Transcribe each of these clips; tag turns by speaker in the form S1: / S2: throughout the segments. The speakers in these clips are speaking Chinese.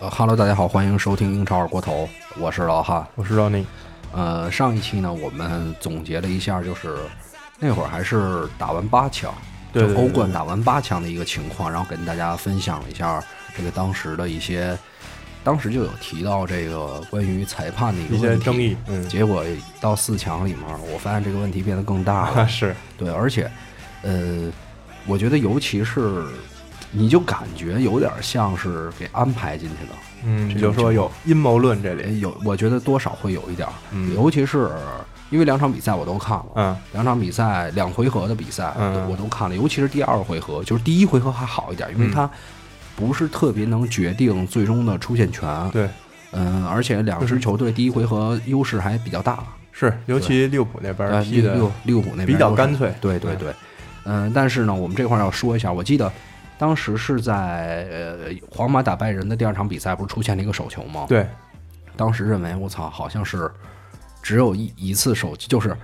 S1: 呃哈喽，大家好，欢迎收听英超二锅头，我是老哈。
S2: 我知道你，
S1: 呃，上一期呢，我们总结了一下，就是那会儿还是打完八强，
S2: 对对
S1: 就
S2: 对
S1: 欧
S2: 对
S1: 冠打完八强的一个情况，然后跟大家分享了一下这个当时的一些，当时就有提到这个关于裁判的一个
S2: 一些
S1: 问题
S2: 争议嗯
S1: 结果到四强里面，我发现这个问题变得更大了
S2: 啊，，是
S1: 对，而且，呃，我觉得尤其是。你就感觉有点像是给安排进去的，
S2: 嗯，
S1: 这
S2: 就
S1: 种
S2: 说有阴谋论这
S1: 呃
S2: 里，
S1: 有，我觉得多少会有一点儿，
S2: 嗯
S1: 尤其是因为两场比赛我都看了，
S2: 嗯
S1: 两场比赛两回合的比赛
S2: 嗯
S1: 我都看了，尤其是第二回合，就是第一回合还好一点，因为
S2: 嗯
S1: 它不是特别能决定最终的出线权，
S2: 对，
S1: 嗯，而且两支球队第一回合优势还比较大，
S2: 是，尤其利物浦那边
S1: 呃，
S2: 踢
S1: 利
S2: 的
S1: 利物利物浦那边
S2: 比较
S1: 都是
S2: 干脆
S1: 对对对，嗯，但是呢，我们这块儿要说一下，我记得。当时是在呃皇马打败人的第二场比赛，不是出现了一个手球吗？
S2: 对，
S1: 当时认为我操，好像是只有一一次手机，就是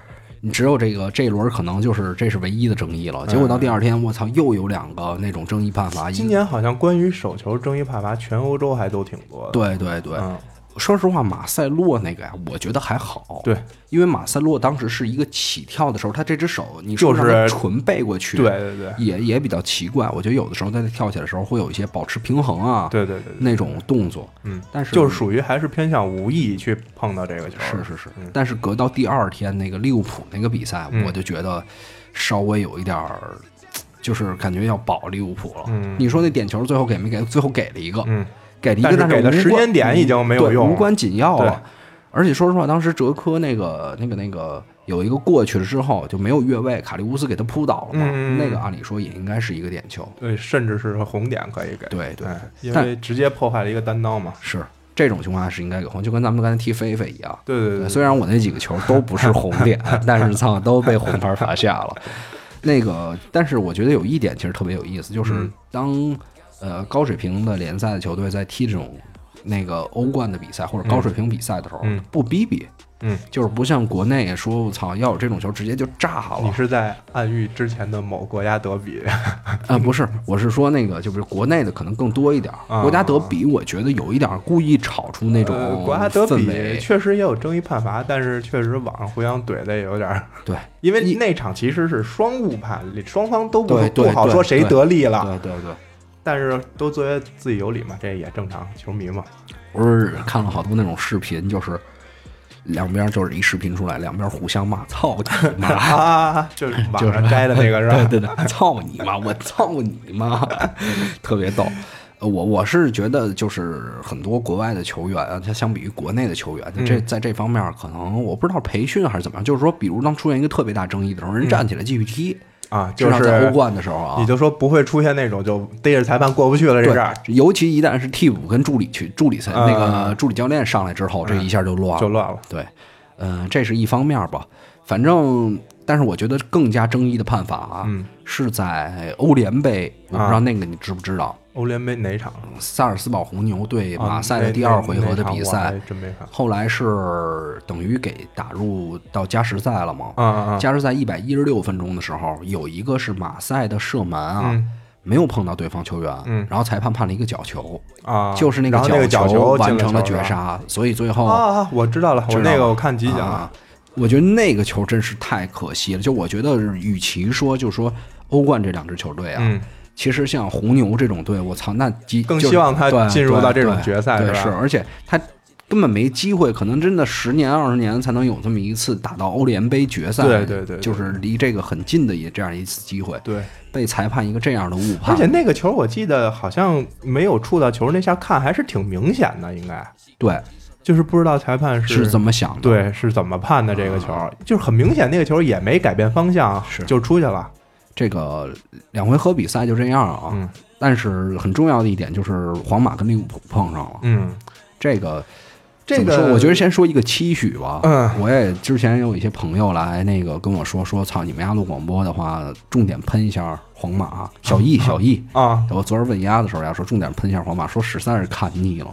S1: 你只有这个这一轮可能就是这是唯一的争议了。结果到第二天，我操，又有两个那种争议判罚。一
S2: 嗯今年好像关于手球争议判罚，全欧洲还都挺多的，
S1: 对对对，
S2: 嗯，
S1: 说实话，马塞洛那个呀，我觉得还好。
S2: 对，
S1: 因为马塞洛当时是一个起跳的时候，他这只手你说
S2: 就
S1: 让他
S2: 是
S1: 纯背过去，
S2: 对，对对
S1: 也也比较奇怪。我觉得有的时候在他跳起来的时候会有一些保持平衡啊，
S2: 对对对对，
S1: 那种动作。
S2: 嗯，
S1: 但是
S2: 就是属于还是偏向无意去碰到这个球，
S1: 是是是
S2: 嗯，
S1: 但是隔到第二天那个利物浦那个比赛，
S2: 嗯
S1: 我就觉得稍微有一点儿，就是感觉要保利物浦了。
S2: 嗯
S1: 你说那点球最后给没给？最后给了一个，
S2: 嗯，
S1: 给了一
S2: 但
S1: 个，
S2: 是
S1: 但是
S2: 给的
S1: 无关
S2: 时间点已经没有
S1: 对
S2: 用了
S1: 无关紧要
S2: 对
S1: 了。而且说实话，当时哲科那个那个那个有一个过去了之后就没有越位，卡利乌斯给他扑倒了嘛，
S2: 嗯嗯嗯
S1: 那个按理说也应该是一个点球。
S2: 对，甚至是红点可以给，
S1: 对对
S2: 哎，因
S1: 但
S2: 为直接破坏了一个单刀嘛，
S1: 是这种情况下是应该给红，就跟咱们刚才踢菲菲一样。
S2: 对对
S1: 对，
S2: 对，
S1: 虽然我那几个球都不是红 点，但是操都被红牌罚下了。那个，但是我觉得有一点其实特别有意思，就是
S2: 嗯
S1: 当呃高水平的联赛的球队在踢这种那个欧冠的比赛或者高水平比赛的时候，
S2: 嗯
S1: 不逼逼，
S2: 嗯，
S1: 就是不像国内说我操要有这种球直接就炸了。
S2: 你是在暗喻之前的某国家德比，
S1: 啊，不是，我是说那个，就比如国内的可能更多一点儿，
S2: 啊
S1: 国家德比我觉得有一点儿故意炒出那种
S2: 呃，国家德
S1: 氛
S2: 比
S1: 围。
S2: 确实也有争议判罚，但是确实网上互相怼的也有点儿，
S1: 对，
S2: 因为
S1: 一
S2: 那场其实是双误判，双方都不
S1: 对对
S2: 不好
S1: 对
S2: 说谁
S1: 对
S2: 得利了，
S1: 对对对，
S2: 但是都觉得自己有理嘛，这也正常，球迷 嘛，
S1: 我是看了好多那种视频，就是两边就是一视频出来，两边互相骂，操你妈！
S2: 啊，就是
S1: 就
S2: 网
S1: 是
S2: 上摘 的那个是吧？
S1: 对对对，操你妈！我操你妈！ 特别逗。呃我我是觉得，就是很多国外的球员啊，他相比于国内的球员，
S2: 嗯
S1: 这在这方面可能我不知道培训还是怎么样，就是说，比如当出现一个特别大争议的时候，人站起来继续踢，
S2: 啊，
S1: 至
S2: 就
S1: 少在
S2: 是
S1: 欧冠的时候啊
S2: 你，就说不会出现那种就逮着裁判过不去了这事儿
S1: 对，尤其一旦是替补跟助理去助理赛、
S2: 嗯
S1: 那个助理教练上来之后，这一下就乱了，
S2: 就乱了。
S1: 对，嗯、这是一方面吧。反正，但是我觉得更加争议的判罚啊，
S2: 嗯
S1: 是在欧联杯，我不知道
S2: 啊
S1: 那个你知不知道？
S2: 欧联杯哪场？
S1: 萨尔斯堡红牛对
S2: 啊
S1: 马赛的
S2: 那
S1: 第
S2: 那
S1: 二回合的
S2: 那场
S1: 比
S2: 我
S1: 赛，
S2: 还真没看。
S1: 后来是等于给打入到加时赛了嘛？
S2: 啊啊啊！
S1: 加时赛一百一十六分钟的时候，有一个是马赛的射门啊，
S2: 嗯
S1: 没有碰到对方球员，
S2: 嗯
S1: 然后裁判判了一个角球，
S2: 啊，
S1: 就是那
S2: 然后那
S1: 个
S2: 个角
S1: 球完
S2: 进
S1: 成了
S2: 球是
S1: 绝
S2: 吧
S1: 杀，所以最后
S2: 啊啊！我知道了，我
S1: 知道
S2: 那个
S1: 吧
S2: 我看集锦了
S1: 啊。我觉得那个球真是太可惜了。就我觉得，与其说就是说欧冠这两支球队啊，
S2: 嗯
S1: 其实像红牛这种队，我操，那几
S2: 更
S1: 就是
S2: 希望他
S1: 对
S2: 进入
S1: 对
S2: 到这种
S1: 对
S2: 决赛
S1: 对
S2: 是吧
S1: 而且他根本没机会，可能真的十年二十年才能有这么一次打到欧联杯决赛，
S2: 对对对对
S1: 就是离这个很近的也这样一次机会，
S2: 对，
S1: 被裁判一个这样的误判，
S2: 而且那个球我记得好像没有触到球那下看还是挺明显的，应该
S1: 对
S2: 就是不知道裁判
S1: 是怎么想的？
S2: 对是怎么判的这个球，就是很明显那个球也没改变方向，
S1: 是
S2: 就出去了。
S1: 这个两回合比赛就这样啊。
S2: 嗯
S1: 但是很重要的一点就是皇马跟利物浦碰上了，
S2: 嗯，
S1: 这个
S2: 这
S1: 怎么
S2: 个
S1: 说？我觉得先说一个期许吧。
S2: 嗯
S1: 我也之前有一些朋友来那个跟我说说，操，你们家录广播的话，重点喷一下皇马小易，小易。
S2: 啊，
S1: 我昨儿问丫的时候，丫说重点喷一下皇马，说实在是看腻了，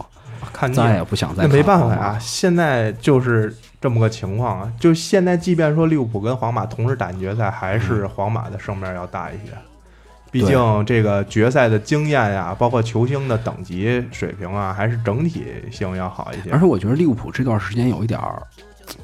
S2: 看腻
S1: 再也
S2: 了。
S1: 不想再
S2: 嗯那
S1: 看
S2: 没办
S1: 皇
S2: 法啊
S1: 马
S2: 呀、现在就是这么个情况啊。就现在，即便说利物浦跟皇马同时打进决赛，还是
S1: 嗯
S2: 皇马的胜面要大一些。毕竟这个决赛的经验呀、包括球星的等级水平啊，还是整体性要好一些
S1: 而。且我觉得利物浦这段时间有一点儿，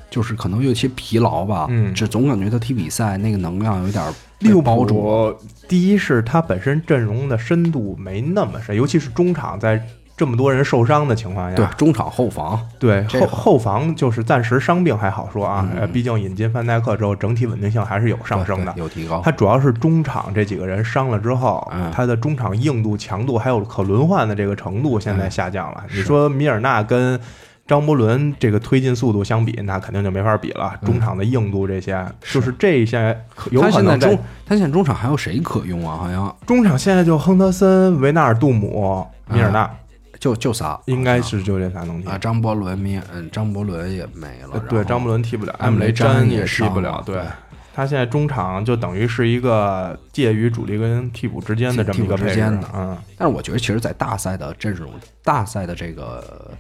S1: 就是可能有些疲劳吧，
S2: 嗯
S1: 这总感觉他踢比赛那个能量有点儿被
S2: 利物
S1: 包住了。
S2: 浦第一是他本身阵容的深度没那么深，尤其是中场在这么多人受伤的情况下，
S1: 对中场后防，
S2: 对
S1: 这
S2: 后
S1: 个
S2: 后防就是暂时伤病还好说啊，
S1: 嗯
S2: 呃毕竟引进范戴克之后，整体稳定性还是有上升的
S1: 对。有提高
S2: 他。主要是中场这几个人伤了之后
S1: 嗯，
S2: 他的中场硬度、强度还有可轮换的这个程度现在下降
S1: 嗯
S2: 了。你说米尔纳跟张伯伦这个推进速度相比，那肯定就没法比了。中场的硬度这些，就是这些可
S1: 嗯
S2: 有
S1: 他
S2: 可
S1: 现在
S2: 能
S1: 中，他现在中场还有谁可用啊？好像
S2: 中场现在就亨德森、维纳尔杜姆、米尔纳，
S1: 就就仨，
S2: 应该是就这仨能踢
S1: 啊，。张伯伦、米嗯，张伯伦也没了
S2: 呃，对，
S1: 然后
S2: 张伯伦踢不了，
S1: 埃
S2: 埃
S1: 姆
S2: 姆
S1: 雷
S2: 雷
S1: 詹
S2: 詹
S1: 也
S2: 踢
S1: 伤
S2: 不
S1: 了
S2: 了。对
S1: 对，
S2: 他现在中场就等于是一个介于主力跟替补之间的这么一个
S1: 替补之
S2: 配置
S1: 间的
S2: 了。嗯，
S1: 但是我觉得，其实，在大赛的这种大赛的这个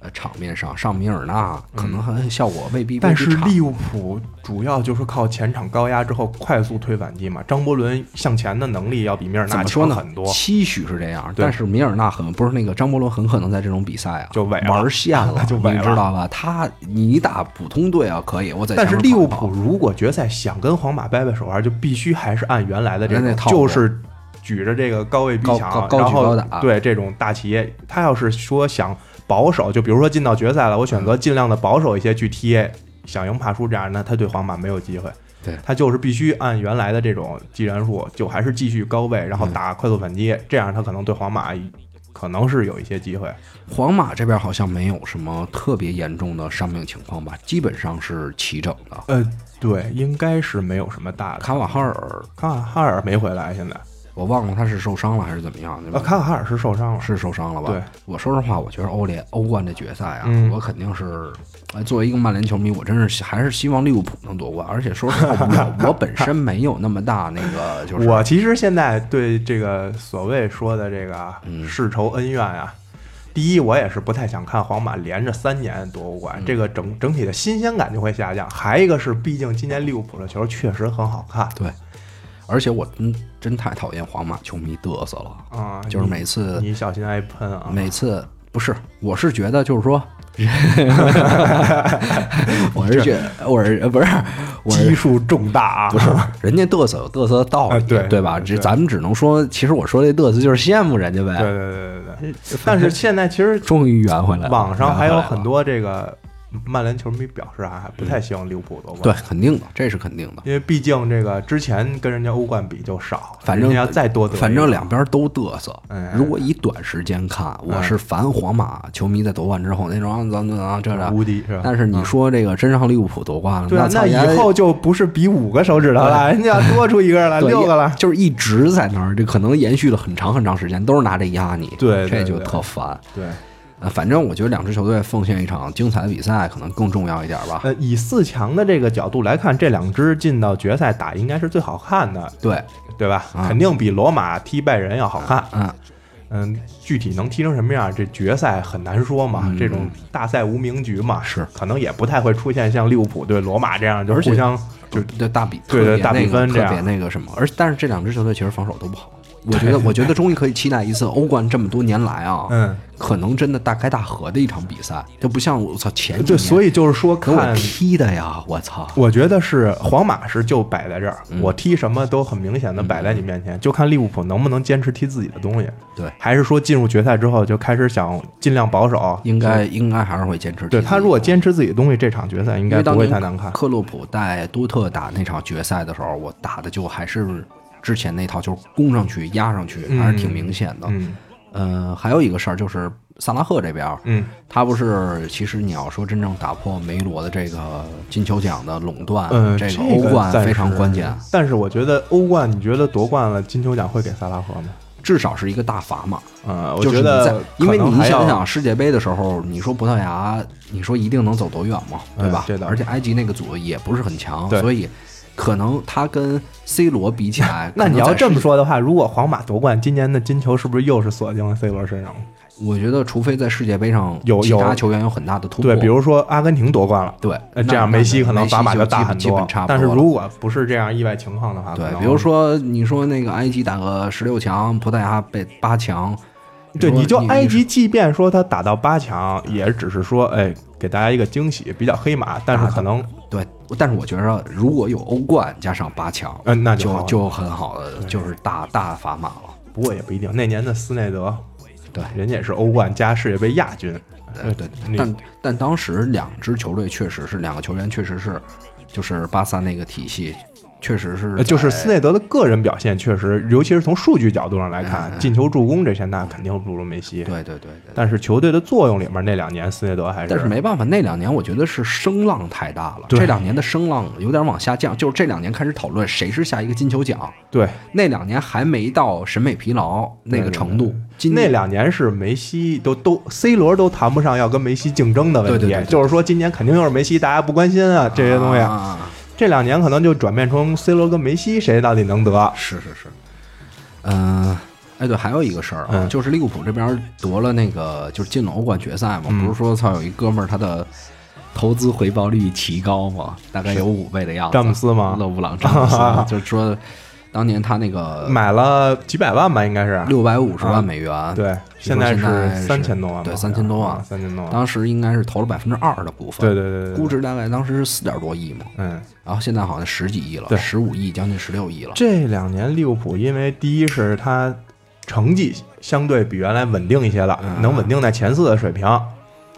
S1: 呃场面上，上米尔纳可能还效果未必。
S2: 嗯但
S1: 未必
S2: 是
S1: 差
S2: 利物浦主要就是靠前场高压之后快速推反击嘛。张伯伦向前的能力要比米尔
S1: 怎
S2: 纳
S1: 么说
S2: 强
S1: 呢？
S2: 很多。
S1: 期许是这样，
S2: 对
S1: 但是米尔纳很不是那个张伯伦，很可能在这种比赛啊
S2: 就萎了
S1: 玩线了，
S2: 就萎了
S1: 你知道吧？他你打普通队啊可以，我在
S2: 但是
S1: 前
S2: 利
S1: 面跑
S2: 物
S1: 一跑
S2: 浦如果决赛想跟皇马掰掰手腕，就必须还是按原来的这
S1: 那
S2: 种
S1: 那，套路
S2: 就是举着这个高位逼抢，
S1: 高高高
S2: 然
S1: 举
S2: 后
S1: 高打
S2: 对这种大企业，他要是说想保守，就比如说进到决赛了，我选择
S1: 嗯
S2: 尽量的保守一些去踢，想赢怕输这样，那他对皇马没有机会。
S1: 对
S2: 他就是必须按原来的这种技战术，就还是继续高位，然后
S1: 嗯
S2: 打快速反击，这样他可能对皇马可能是有一些机会。
S1: 皇马这边好像没有什么特别严重的伤病情况吧，基本上是齐整的。
S2: 呃，对，应该是没有什么大的。
S1: 卡瓦哈尔，
S2: 卡瓦哈尔没回来，现在
S1: 我忘了他是受伤了还是怎么样，对吧
S2: 呃，卡瓦哈尔是受伤了，
S1: 是受伤了吧？
S2: 对，
S1: 我说实话，我觉得欧联欧冠这决赛啊，
S2: 嗯
S1: 我肯定是，哎，作为一个曼联球迷，我真是还是希望利物浦能夺冠。而且说实话，我我 本身没有那么大那个，就是
S2: 我其实现在对这个所谓说的这个
S1: 嗯
S2: 世仇恩怨啊，第一我也是不太想看皇马连着三年夺欧
S1: 嗯
S2: 冠，这个整整体的新鲜感就会下降。还一个是，毕竟今年利物浦的球确实很好看
S1: 对，而且我真真太讨厌皇马球迷嘚瑟了，
S2: 啊，
S1: 就是
S2: 你
S1: 每次
S2: 你小心挨喷啊，
S1: 每次不是，我是觉得就是 说， 我是觉得我是不是我是
S2: 基数重大啊，
S1: 不是，人家嘚瑟有嘚瑟的道
S2: 啊
S1: 理，
S2: 对
S1: 对吧？
S2: 对
S1: 这咱们只能说，其实我说这嘚瑟就是羡慕人家呗。
S2: 对对对对对。但是现在其实
S1: 终于圆 回来了。
S2: 网上还有很
S1: 圆
S2: 多这个曼联球迷表示啊，不太希望利物浦夺冠
S1: 回来了，。对，肯定的，这是肯定的。
S2: 因为毕竟这个之前跟人家欧冠比就少，
S1: 反正
S2: 人家要再多得一个
S1: 反正两边都嘚瑟
S2: 哎。
S1: 如果以短时间看，我是烦皇马球迷在夺冠之后那种啊，咱们啊这这。
S2: 无敌是吧？
S1: 但是你说这个真让利物浦夺冠了，
S2: 对啊，
S1: 操
S2: 那
S1: 原来
S2: 以后就不是比五个手指头了，人家多出一个 来，
S1: 对
S2: 六个了。
S1: 就是一直在那儿，这可能延续了很长很长时间，都是拿这压你，
S2: 对
S1: 这
S2: 对
S1: 就
S2: 对
S1: 特烦。
S2: 对，
S1: 呃，反正我觉得两支球队奉献一场精彩的比赛，可能更重要一点吧。
S2: 呃，以四强的这个角度来看，这两支进到决赛打应该是最好看的，
S1: 对，
S2: 对吧？
S1: 啊
S2: 肯定比罗马踢拜仁要好看。
S1: 嗯，
S2: 嗯，具体能踢成什么样，这决赛很难说嘛。这种大赛无名局嘛，
S1: 是
S2: 可能也不太会出现像利物浦对罗马这样，就互相就
S1: 对大比
S2: 对
S1: 特别
S2: 大比
S1: 那个
S2: 分这
S1: 特
S2: 样
S1: 别那个什么，而但是这两支球队其实防守都不好。我觉得，我觉得终于可以期待一次欧冠这么多年来啊，
S2: 嗯，
S1: 可能真的大开大合的一场比赛，就不像我操前几
S2: 对，
S1: 年
S2: 所以就是说
S1: 给我
S2: 看
S1: 踢的呀，我操！
S2: 我觉得是皇马是就摆在这儿，
S1: 嗯
S2: 我踢什么都很明显的摆在你面前，就看利物浦能不能坚持踢自己的东西，
S1: 对，
S2: 还是说进入决赛之后就开始想尽量保守？
S1: 应该应该还是会坚持踢的。
S2: 对他如果坚持自己的东西，这场决赛
S1: 因
S2: 应
S1: 为
S2: 该
S1: 当
S2: 不会
S1: 年
S2: 太难看。
S1: 克洛普带多特打那场决赛的时候，我打的就还是之前那套，就是攻上去压上去，还是挺明显的。
S2: 嗯
S1: 呃，还有一个事儿就是萨拉赫这边，啊
S2: 嗯，
S1: 他不是，其实你要说真正打破梅罗的这个金球奖的垄断，
S2: 嗯，
S1: 啊这
S2: 个
S1: 个欧冠
S2: 暂
S1: 非
S2: 时
S1: 常关键。。啊
S2: 但是我觉得欧冠，你觉得夺冠了金球奖会给萨拉赫吗？
S1: 至少是一个大砝码。
S2: 嗯，我
S1: 就是
S2: 觉
S1: 你在
S2: 得，
S1: 因为你
S2: 还要
S1: 想啊想世界杯的时候，你说葡萄牙，你说一定能走多远嘛，
S2: 嗯
S1: 对吧？
S2: 这倒是
S1: 而且埃及那个组也不是很强，
S2: 对，
S1: 所以可能他跟 C 罗比起来
S2: 那
S1: 可能
S2: 你要
S1: 在
S2: 这么
S1: 世，
S2: 说的话，如果皇马夺冠，今年的金球是不是又是锁定了 C 罗身上了？
S1: 我觉得除非在世界杯上
S2: 有
S1: 其他
S2: 有
S1: 球员有很大的突破，
S2: 对，比如说阿根廷夺冠了，
S1: 对，那
S2: 呃，这样
S1: 那
S2: 梅西可能
S1: 梅
S2: 砝码
S1: 就
S2: 就大
S1: 基本
S2: 很
S1: 基本
S2: 多
S1: 差。不多
S2: 但
S1: 了。
S2: 是如果不是这样意外情况的话，
S1: 对
S2: 可，能
S1: 比如说你说那个埃及打个十六强，葡萄牙被八强，
S2: 对，
S1: 如果
S2: 你就
S1: 你
S2: 埃及，即便说他打到八强，也只是说，哎，给大家一个惊喜，比较黑马，但是可能，
S1: 对，但是我觉着如果有欧冠加上八强，
S2: 嗯，那就
S1: 就
S2: 好
S1: 就很好的，就是大大砝码了。
S2: 不过也不一定。那年的斯内德，
S1: 对呃
S2: 人家也是欧冠加世界杯亚军，
S1: 对对
S2: 你，
S1: 但但当时两支球队确实是两个球员，确实是就是巴萨那个体系，确实是
S2: 呃就是
S1: 在
S2: 斯内德的个人表现确实，尤其是从数据角度上来看，进球助攻这些那肯定不如梅西。
S1: 哎对对对对。
S2: 但是球队的作用里面，那两年斯内德还是，
S1: 但是没办法，那两年我觉得是声浪太大了，
S2: 对
S1: 这两年的声浪有点往下降，就是这两年开始讨论谁是下一个金球奖，
S2: 对
S1: 那两年还没到审美疲劳那个程度，今
S2: 那两年是梅西都都 C 罗都谈不上要跟梅西竞争的问题，
S1: 对对对对
S2: 就是说今年肯定又是梅西，大家不关心啊这些东西。
S1: 啊
S2: 这两年可能就转变成 C 罗跟梅西谁到底能得？
S1: 是是是，嗯、哎对，还有一个事儿啊，
S2: 嗯
S1: 就是利物浦这边得了那个，就是进了欧冠决赛嘛，不是说操有一哥们儿他的投资回报率奇高嘛，大概有五倍的样子，
S2: 詹姆斯吗
S1: 勒布朗詹姆斯，就是说当年他那个
S2: 买了几百万吧，应该是。
S1: 六百五十万美元，
S2: 对，
S1: 据说
S2: 在
S1: 现在
S2: 是
S1: 是
S2: 三千多万吧，
S1: 对3000多万
S2: 啊三千多万。
S1: 当时应该是投了百分之二的部分，
S2: 对对对对对，
S1: 估值大概当时是四点多亿嘛，
S2: 嗯，
S1: 然后现在好像十几亿了，
S2: 对
S1: 十五亿将近十六亿了。
S2: 这两年利物浦，因为第一是他成绩相对比原来稳定一些了，
S1: 嗯
S2: 能稳定在前四的水平；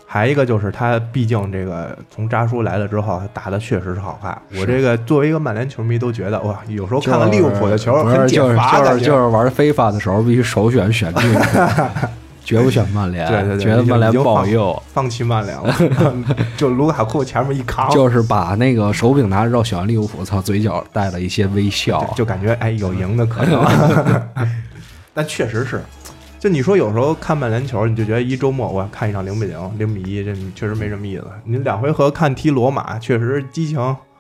S2: 还一个就是他毕竟这个从扎叔来了之后，他打的确实是好看。我这个作为一个曼联球迷都觉得哇，有时候看看利物浦的球
S1: 不是
S2: 很解
S1: 就是
S2: 乏
S1: 就
S2: 感
S1: 是
S2: 觉。
S1: 就是玩非法的时候必须首选选 利物浦，绝不选曼联，
S2: 对对对，
S1: 觉得曼联不好
S2: 已经
S1: 用
S2: 放，放弃曼联 了。就卢卡库前面一扛，
S1: 就是把那个手柄拿着绕选完利物浦，操，嘴角带了一些微笑。
S2: 就感觉哎有赢的可能。 但确实是，就你说有时候看曼联球，你就觉得一周末我看一场零比零、零比一，这确实没什么意思。你两回合看踢罗马，确实激情，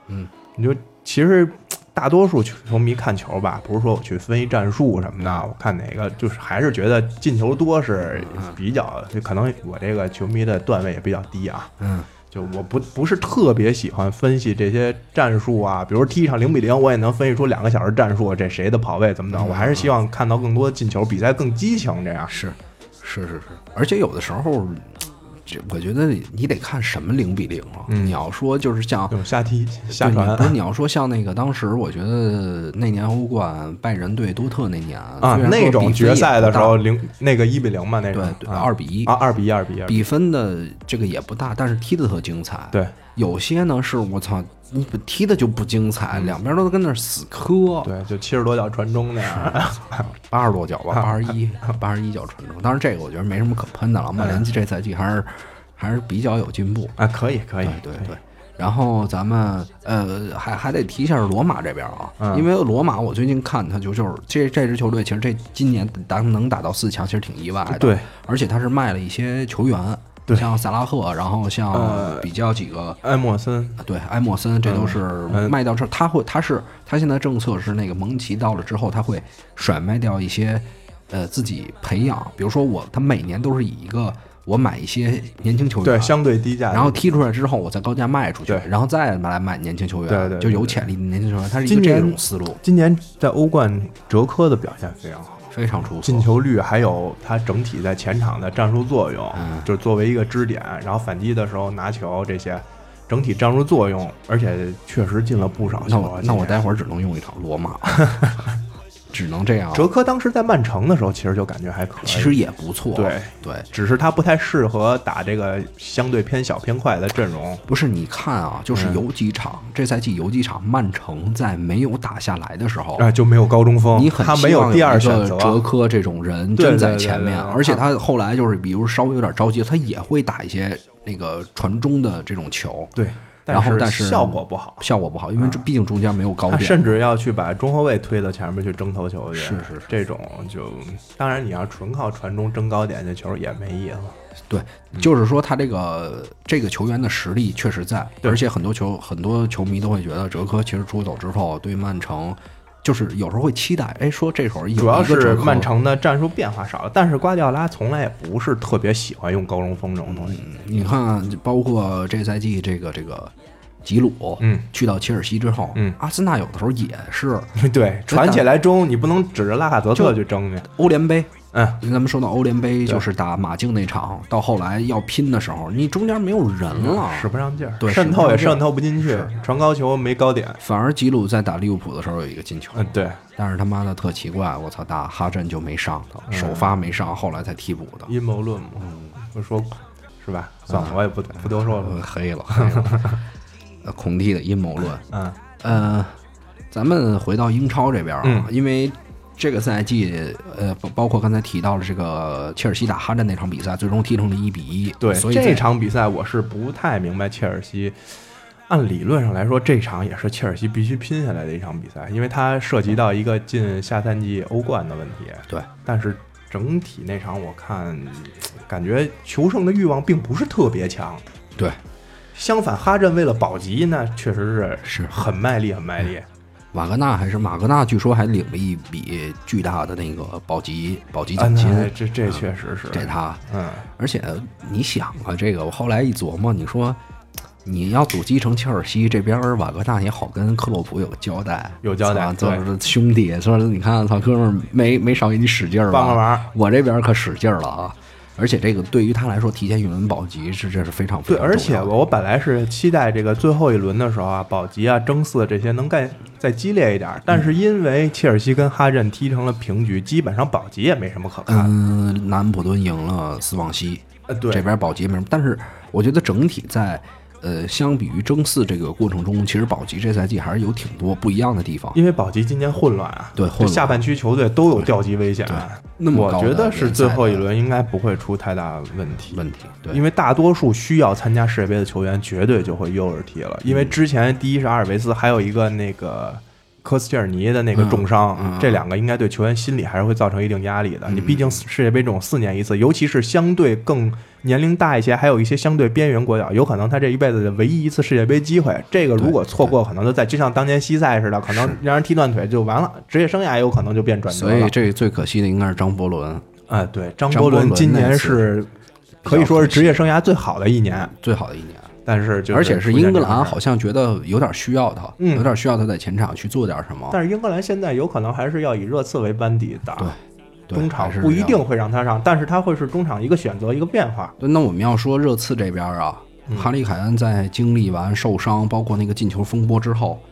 S1: 嗯，
S2: 你就其实。大多数球球迷看球吧，不是说我去分析战术什么的，我看哪个就是还是觉得进球多是
S1: 嗯
S2: 比较，就可能我这个球迷的段位也比较低啊。
S1: 嗯，
S2: 就我不不是特别喜欢分析这些战术啊，比如踢一场零比零，我也能分析出两个小时战术，这谁的跑位怎么的，我还是希望看到更多的进球，比赛更激情这样。
S1: 是，是是是，而且有的时候，这我觉得你得看什么零比零啊。
S2: 嗯
S1: 你要说就是像
S2: 有下踢下
S1: 对你
S2: 传
S1: 不是你要说像那个当时，我觉得那年欧冠拜仁对多特那年
S2: 啊，那种决赛的时候，零那个一比零嘛，那种
S1: 对对
S2: 啊
S1: 二比一
S2: 啊二比一二比一，
S1: 比分的这个也不大，但是踢得特精彩。
S2: 对
S1: 有些呢是我操，你踢的就不精彩，两边都跟那儿死磕，
S2: 对，就七十多脚传中 那样。
S1: 八十多脚 吧，八十一，八十一脚传中。当然这个我觉得没什么可喷的了，曼联这赛季还是还是比较有进步。
S2: 啊，可以可以，
S1: 对
S2: 可以
S1: 对。然后咱们呃，还还得提一下罗马这边啊，
S2: 嗯
S1: 因为罗马我最近看他就就是这这支球队，其实这今年打能打到四强，其实挺意外的。
S2: 对，
S1: 而且他是卖了一些球员，
S2: 对
S1: 像萨拉赫，然后像
S2: 呃
S1: 比较几个。
S2: 埃默森
S1: 对，埃默森这都是
S2: 嗯
S1: 卖掉这，他会，他是他现在政策是那个蒙奇到了之后，他会甩卖掉一些，呃，自己培养，比如说我，他每年都是以一个我买一些年轻球员，
S2: 对相对低价的，
S1: 然后踢出来之后，我再高价卖出去
S2: 对，
S1: 然后再来买年轻球员，
S2: 对对对
S1: 就有潜力的年轻球员，他是一
S2: 今
S1: 个这
S2: 年
S1: 种思路，
S2: 今年在欧冠哲科的表现非常好。
S1: 非常出色
S2: 进。球率，还有他整体在前场的战术作用，
S1: 嗯
S2: 就是作为一个支点，然后反击的时候拿球这些，整体战术作用，而且确实进了不少
S1: 那
S2: 球啊
S1: 我。那我
S2: 今年
S1: 待会儿只能用一场罗 马，只能这样。
S2: 哲科当时在曼城的时候，其实就感觉还可以，
S1: 其实也不错，啊
S2: 对
S1: 对，
S2: 只是他不太适合打这个相对偏小偏快的阵容。
S1: 不是你看啊，
S2: 嗯
S1: 就是有几场、这赛季有几场曼城在没有打下来的时候，
S2: 啊，就没有高中锋，
S1: 哦你很
S2: 他
S1: 希
S2: 没
S1: 望
S2: 有第二
S1: 一个
S2: 选择，啊
S1: 哲科这种人
S2: 对
S1: 真
S2: 对
S1: 在
S2: 对
S1: 前
S2: 对
S1: 面，
S2: 对
S1: 而且他后来就是，比如稍微有点着急，他也会打一些那个传中的这种球。
S2: 对，
S1: 然后但
S2: 是
S1: 是
S2: 效果不好，
S1: 效果不好，因为
S2: 啊
S1: 这毕竟中间没有高
S2: 他
S1: 点。
S2: 甚至要去把中后卫推到前面去争头球去，
S1: 是是是
S2: 这种就当然你要纯靠传中争高点，这球也没意思。
S1: 对，
S2: 嗯
S1: 就是说他这个这个球员的实力确实在，
S2: 对
S1: 而且很多球很多球迷都会觉得哲科其实出走之后对曼城，就是有时候会期待，哎，说这会儿有
S2: 主要
S1: 一个
S2: 是
S1: 哲科
S2: 曼，城的战术变化少了，但是瓜迪奥拉从来也不是特别喜欢用高中锋这种东西。
S1: 你看包括这赛季这个这个吉鲁，
S2: 嗯，
S1: 去到切尔西之后，
S2: 嗯
S1: 阿森纳有的时候也嗯是
S2: 对，传起来中你不能指着拉卡泽特去争去。
S1: 欧联杯。
S2: 嗯，
S1: 咱们说到欧联杯，
S2: 对
S1: 就是打马竞那
S2: 嗯
S1: 场，到后来要拼的时候，你中间没有人了，
S2: 使不上劲儿，
S1: 对
S2: 渗透也
S1: 使不上劲儿
S2: 渗透不进去，传高球没高点。
S1: 反而吉鲁在打利物浦的时候有一个进球，
S2: 嗯，对，
S1: 但是他妈的特奇怪，我操，打哈镇就没上头，
S2: 嗯
S1: 首发没上，后来才替补的，
S2: 阴谋论嘛，
S1: 嗯
S2: 我说是吧？算了，我也不不多说
S1: 呃
S2: 了。
S1: 黑了，黑了， 呃，孔蒂的阴谋论。
S2: 嗯
S1: 呃，咱们回到英超这边啊，
S2: 嗯
S1: 因为这个赛季，呃，包包括刚才提到了这个切尔西打哈镇那场比赛，最终踢成了一比一，
S2: 对，
S1: 所以
S2: 这
S1: 在
S2: 场比赛我是不太明白切尔西。按理论上来说，这场也是切尔西必须拼下来的一场比赛，因为它涉及到一个进下赛季欧冠的问题。
S1: 对，
S2: 但是整体那场我看，感觉求胜的欲望并不是特别强。
S1: 对，
S2: 相反，哈镇为了保级，那确实
S1: 是
S2: 很卖力，很卖
S1: 嗯
S2: 力。
S1: 瓦格纳还是马格纳，据说还领了一笔巨大的那个保级保级
S2: 啊，
S1: 奖金，
S2: 那这这确实是，
S1: 嗯这他。
S2: 嗯，
S1: 而且你想啊，这个我后来一琢磨，你说你要阻击成切尔西这边，瓦格纳也好跟克洛普有交代，
S2: 有交代
S1: 啊
S2: 对
S1: 就是兄弟，说你看，操哥们儿没没少给你使劲儿吧？
S2: 帮个忙
S1: 我这边可使劲儿了啊！而且这个对于他来说，提前云保级是这是非常非
S2: 对，
S1: 常
S2: 而
S1: 重
S2: 且
S1: 要的
S2: 我我本来是期待这个最后一轮的时候啊，保级啊、争四这些能再再激烈一点儿，
S1: 嗯
S2: 但是因为切尔西跟哈镇踢成了平局，基本上保级也没什么可看。
S1: 嗯，南安普顿赢了斯旺西，
S2: 呃，对，
S1: 这边保级没什么，但是我觉得整体在。呃，相比于争四这个过程中，其实保级这赛季还是有挺多不一样的地方。
S2: 因为保级今年混乱啊，
S1: 对
S2: 这
S1: 混乱
S2: 下半区球队都有掉级危险。啊
S1: 那么
S2: 我
S1: 高
S2: 觉
S1: 的
S2: 得是
S1: 联
S2: 最
S1: 赛
S2: 后一
S1: 的
S2: 轮应该不会出太大问题。
S1: 问题，对，
S2: 因为大多数需要参加世界杯的球员绝对就会右耳踢了，因为之前第一是阿尔维斯，还有一个那个科斯切尔尼的那个重伤，
S1: 嗯嗯
S2: 这两个应该对球员心理还是会造成一定压力的。你毕竟世界杯这种四年一次，尤其是相对更年龄大一些，还有一些相对边缘国家，有可能他这一辈子的唯一一次世界杯机会，这个如果错过，可能就在就像当年西塞似的，可能
S1: 是
S2: 让人踢断腿就完了，职业生涯有可能就变转折
S1: 所
S2: 了
S1: 以。这最可惜的应该是张伯伦，
S2: 啊，对，张
S1: 张
S2: 伯
S1: 伯伦
S2: 今
S1: 那
S2: 年
S1: 次
S2: 是可以说是职业生涯最好的一年。
S1: 最好的一年，
S2: 但是哎就是
S1: 而且是
S2: 出现
S1: 英格
S2: 这种事
S1: 兰
S2: 儿
S1: 好，像觉得有点需要他，
S2: 嗯
S1: 有点需要他在前场去做点什么。
S2: 但是英格兰现在有可能还是要以热刺为班底打，
S1: 对
S2: 中
S1: 还
S2: 场
S1: 是
S2: 不
S1: 这
S2: 一
S1: 样
S2: 定会让他上，但是他会是中场一个选择，一个变化。
S1: 对。那我们要说热刺这边啊，
S2: 嗯
S1: 哈利凯恩在经历完受伤，包括那个进球风波之后，